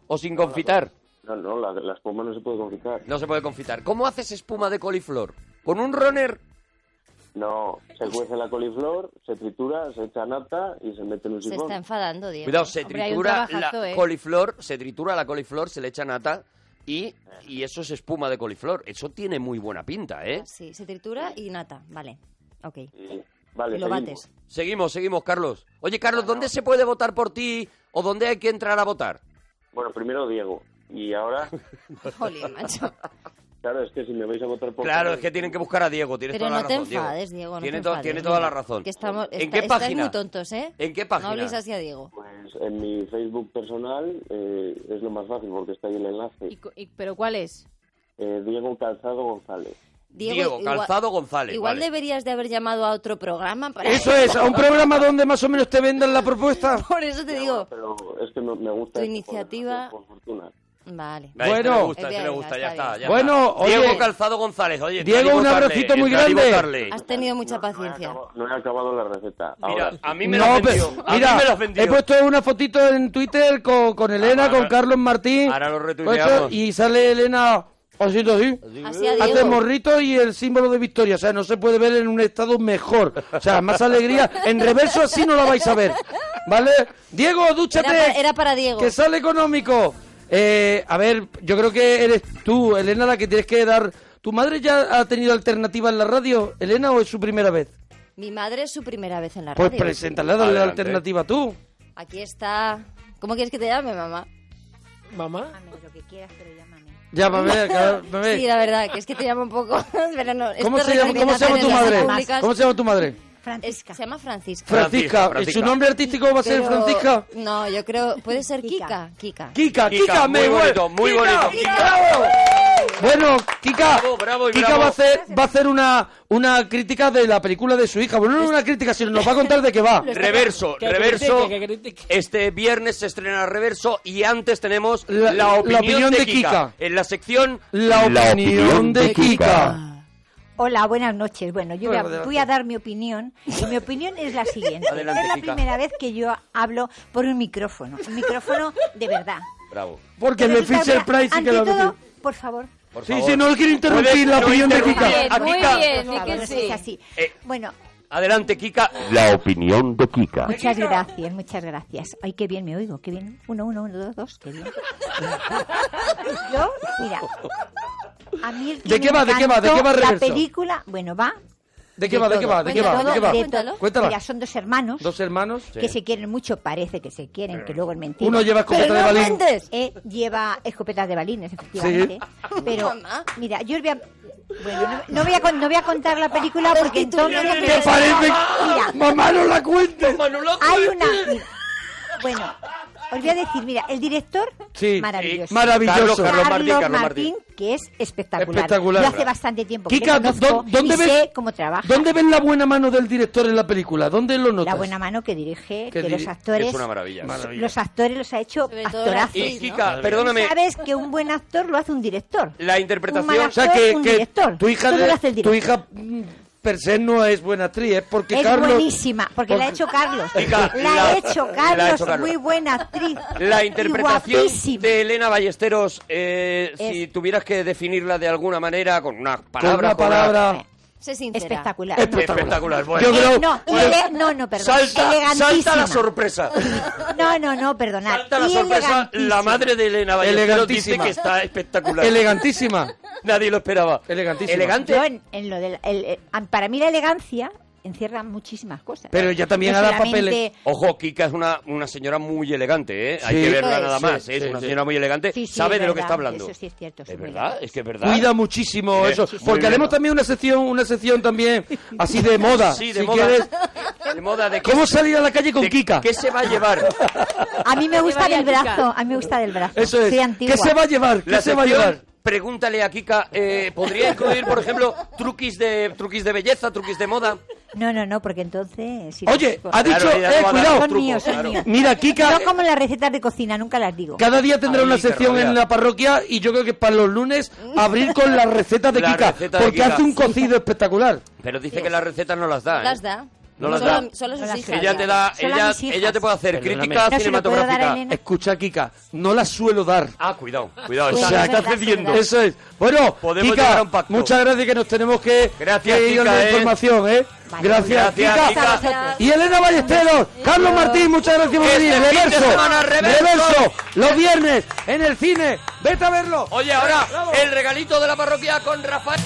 B: o sin confitar.
H: No, no, la, la espuma no se puede confitar.
B: No se puede confitar. ¿Cómo haces espuma de coliflor? ¿Con un runner?
H: No, se cuece la coliflor, se tritura, se echa nata y se mete en un
C: Se está
H: sifón.
C: enfadando, Diego.
B: Cuidado, se
D: Hombre, hay un
B: tritura
D: trabajazo,
B: la
D: ¿eh?
B: coliflor, se tritura la coliflor, se le echa nata y, y eso es espuma de coliflor. Eso tiene muy buena pinta, ¿eh?
C: Sí, se tritura y nata. Vale. Ok.
H: Y, vale,
C: Y lo
H: seguimos.
C: bates.
B: Seguimos, seguimos, Carlos. Oye, Carlos, ¿dónde se puede votar por ti o dónde hay que entrar a votar?
H: Bueno, primero Diego. Y ahora,
C: Jolín, macho.
H: claro, es que si me vais a votar por...
B: Claro, es que tienen que buscar a Diego, tienes
C: Pero
B: toda la
C: no te
B: razón. Diego.
C: enfades, Diego. no
B: tiene,
C: te
B: to-
C: enfades,
B: tiene toda la
C: venga.
B: razón.
C: Que estamos,
B: ¿En
C: está-
B: qué
C: estáis
B: página?
C: muy tontos, ¿eh?
B: ¿En qué
C: No habléis
B: página?
C: así a Diego.
H: Pues en mi Facebook personal eh, es lo más fácil porque está ahí el
D: Y
H: enlace.
D: cu- y- ¿Pero cuál es?
H: Eh, Diego Calzado González.
B: Diego Calzado González,
C: Igual
B: vale.
C: deberías de haber llamado a otro programa para
A: Eso es, a un programa donde más o menos te vendan la propuesta.
C: Por eso te digo.
H: Pero es que me, me gusta... esto,
C: Tu iniciativa-
H: Por, por fortuna.
C: Vale.
B: Ahí, este
A: Bueno.
B: me gusta, este
C: Venga,
B: me gusta, ya
C: está
B: está.
C: bien.
B: ya
A: Bueno,
B: está.
A: oye.
B: Diego Calzado González, oye.
A: Diego,
B: Dani
A: un
B: Botarle,
A: abracito muy
B: el Dani
A: grande.
B: Botarle.
C: Has tenido mucha
H: No, no he
C: paciencia.
H: acabado- No he acabado la receta.
B: Mira,
H: Ahora,
B: a mí me lo vendió.
A: pero-
B: A mí
A: mira,
B: me lo vendió.
A: he puesto una fotito en Twitter con, con Elena,
B: Ahora-
A: con Carlos Martín. Pues
B: ahora lo retuiteamos.
A: Y sale Elena haciendo así.
C: Así a
A: Hace el
C: Diego.
A: morrito y el símbolo de victoria. O sea, no se puede ver en un estado mejor. O sea, más alegría. En reverso así no la vais a ver. ¿Vale? Diego,
C: Era
A: dúchate.
C: para, era para Diego.
A: Que sale económico. Eh, a ver, yo creo que eres tú, Elena, la que tienes que dar. ¿Tu madre ya ha tenido alternativa en la radio, Elena, o es su primera vez?
C: Mi madre es su primera vez en la
A: Pues
C: radio.
A: preséntala, dale la
B: Adelante.
A: alternativa tú.
C: Aquí está. ¿Cómo quieres que te llame, mamá?
E: Mamá,
A: Llámame, acá, bebé.
C: Sí, la verdad, que es que te llamo un poco. Pero no, esto
A: ¿Cómo,
C: es
A: se llama, ¿Cómo se llama tu
C: recomendaciones
A: madre?
C: públicas.
A: ¿Cómo se llama tu madre?
C: Es- se llama Francisca.
A: Francisca.
B: Francisca.
A: ¿Y su nombre artístico va a ser
C: Pero-
A: Francisca?
C: No, yo creo. Puede ser Kika. Kika.
B: Kika,
A: Kika, Kika,
B: muy
A: me
B: bonito,
A: vuel-
B: muy bonito, Kika.
A: bravo. Bueno, Kika,
B: Bravo, bravo y
A: Kika
B: bravo.
A: va a hacer, va a hacer una, una crítica de la película de su hija. Bueno, no una crítica, sino nos va a contar de qué va.
B: Reverso,
E: que
B: reverso.
E: critique, que critique.
B: Este viernes se estrena Reverso y antes tenemos
A: La-
B: la, opinión,
A: la opinión
B: de,
A: de
B: Kika.
A: Kika.
B: En la sección
A: La opinión de Kika.
I: Hola, buenas noches. Bueno, yo voy a-
A: Bueno, adelante.
I: voy a dar mi opinión y mi opinión es la siguiente.
B: Adelante,
I: es la
B: Kika.
I: primera vez que yo hablo por un micrófono, un micrófono de verdad.
B: Bravo.
A: Porque me
I: Resulta
A: ficha el
I: que,
A: price y que
I: ante
A: la
I: todo, por favor.
B: Por
A: Sí,
B: favor.
A: sí, no le quiero
B: Puedes
A: interrumpir la
B: no
A: opinión de
D: Muy
B: interrumpir.
A: Kika.
D: bien,
B: A
D: muy
B: Kika.
D: bien,
I: Por
D: di
I: favor,
D: que
I: no
D: sí.
I: seas así.
B: Eh,
I: Bueno,
B: Adelante, Kika.
H: La opinión de Kika.
I: muchas gracias, muchas gracias. Ay, qué bien me oigo, qué bien. Uno, uno, uno, dos, dos, qué bien. Yo, mira. A mí el que
A: ¿De
I: me
A: qué va, de qué va, de qué va
I: encantó La
A: Reverso?
I: película, bueno, va
A: ¿De qué va? ¿De qué va? ¿De qué va? ¿De qué va?
I: de todo.
A: Cuéntala.
I: Mira, son dos hermanos
A: Dos hermanos.
I: que se quieren mucho, parece que se quieren, que luego es mentira.
A: Uno lleva escopeta
I: Pero
A: de
I: no
A: balín.
I: mentes. Eh, lleva escopetas de balines, efectivamente. Pero,
C: Mamá.
I: mira, yo os voy a... Bueno, no, no voy a, con- no voy a contar la película porque entonces...
A: ¿Qué parece? Mamá, no la cuentes.
I: Hay una... mira, bueno, os voy a decir, mira, el director,
A: Sí,
I: maravilloso.
B: Carlos, Carlos
A: Maravilloso.
I: Carlos
B: Martín,
I: Martín,
B: Carlos Martín.
I: que es espectacular.
A: Espectacular.
I: Yo hace bastante tiempo que
A: Kika,
I: le conozco
A: ¿dó- ¿dónde
I: y
A: ves,
I: sé cómo trabaja.
A: ¿dónde ves la buena mano del director en la película? ¿Dónde lo notas?
I: La buena mano que dirige,
A: Que
I: que,
A: diri-
I: los actores...
B: Es una maravilla.
I: Los actores los ha hecho
C: Sobre todo
I: actorazos.
C: la actriz,
B: Y
C: ¿no?
B: Kika, perdóname.
I: Sabes que un buen actor lo hace un director.
B: La
I: Un mal
B: interpretación.
I: actor, un director.
A: tu hija,
I: Todo
A: de-
I: lo hace el
A: tu
I: director.
A: hija mm, per se no es buena actriz, es porque
I: Es
A: Carlos...
I: buenísima, porque la ha hecho Carlos. La, ha hecho Carlos,
B: la ha hecho Carlos.
I: muy buena actriz.
B: La
I: y
B: interpretación
I: guapísima.
B: de Elena Ballesteros, eh,
I: Es-
B: si tuvieras que definirla de alguna manera, con una
A: Con
B: palabra...
A: una palabra...
C: Sé sincera.
I: Espectacular.
B: una- Espectacular. Bueno.
A: Yo creo-
I: Eh, no,
A: bueno,
I: ele- no, no, perdón.
B: Salta, salta la
I: Elegantísima.
B: sorpresa.
I: No, no, no, perdonad.
B: Salta la
I: Y
B: sorpresa.
I: elegantísima.
B: La madre de Elena Ballesteros dice
A: Elegantísima.
B: que está espectacular.
A: elegantísima.
B: Nadie lo esperaba.
A: Elegantísima.
B: Elegante.
I: Yo en, en lo del- el- el- a- para mí la elegancia encierra muchísimas cosas.
A: Pero ella también
I: No
A: hará
I: solamente-
A: papeles.
B: Ojo, Kika es una, una señora muy elegante, ¿eh? Hay
A: Sí,
B: que verla
A: sí,
B: nada
A: sí,
B: más. ¿eh? es
A: sí,
B: una
A: sí.
B: señora muy elegante.
I: Sí, sí,
B: sabe de lo
I: verdad,
B: que está hablando.
I: Eso sí es cierto.
B: Es
I: muy
B: verdad, es que es verdad.
A: Cuida muchísimo
B: Sí,
A: eso.
B: sí, sí. Muy
A: Porque haremos
B: bien.
A: también una sección, una sección también así de moda.
B: Sí, de
A: si
B: moda.
A: quieres.
B: De moda de
A: ¿Cómo salir a la calle con
B: de-
A: Kika?
B: ¿Qué se va a llevar?
I: A mí me gusta
D: Llevaría
I: del
D: chica.
I: brazo. A mí me gusta del brazo.
A: Eso es.
I: Soy antigua.
A: ¿Qué se va a llevar? ¿Qué
B: La
A: se va a
B: sección,
A: llevar?
B: Pregúntale a Kika, eh, ¿podría incluir, por ejemplo, truquis de, truquis de belleza, truquis de moda?
I: No, no, no, porque entonces... si
A: Oye,
I: no-
A: ha dicho,
B: Claro, ya no
A: eh,
B: va a dar
A: cuidado.
I: Son
B: truco,
I: míos, son
B: claro.
I: míos.
A: Mira, Kika,
I: No como las recetas de cocina, nunca las digo.
A: cada día tendrá
B: Ay,
A: una
B: qué
A: sección
B: rabia.
A: en la parroquia y yo creo que para los lunes abrir con las recetas de
B: La
A: Kika,
B: receta de
A: porque
B: Kika.
A: hace un cocido espectacular.
B: Pero dice que las recetas no las da. ¿eh?
C: Las da.
B: No las
C: solo,
B: da.
C: solo sus
I: No las
C: hijas.
B: Ella te da,
I: Solo a
B: ella,
I: mis hijas.
B: ella te puede hacer
A: Perdóname.
B: crítica
I: No se lo puedo dar a
B: cinematográfica.
I: Elena.
A: Escucha, Kika, no la suelo dar.
B: Ah, cuidado, cuidado.
I: Bueno,
B: o sea,
I: es
B: está
I: verdad,
B: cediendo.
I: es
A: Eso es. Bueno,
B: Podemos
A: Kika,
B: llegar a un pacto.
A: muchas gracias que nos tenemos que,
B: Gracias,
A: que ir a
B: Kika,
A: la
B: ¿eh?
A: información, ¿eh?
I: Vale.
A: Gracias,
B: Gracias,
A: Kika.
B: Kika.
A: Y Elena Ballesteros, Carlos Martín, muchas gracias por
B: Este
A: venir.
B: fin de
A: Reverso,
B: semana, reverso.
A: reverso, los viernes en el cine. Vete a verlo.
B: Oye, ahora, el regalito de la parroquia con Rafael.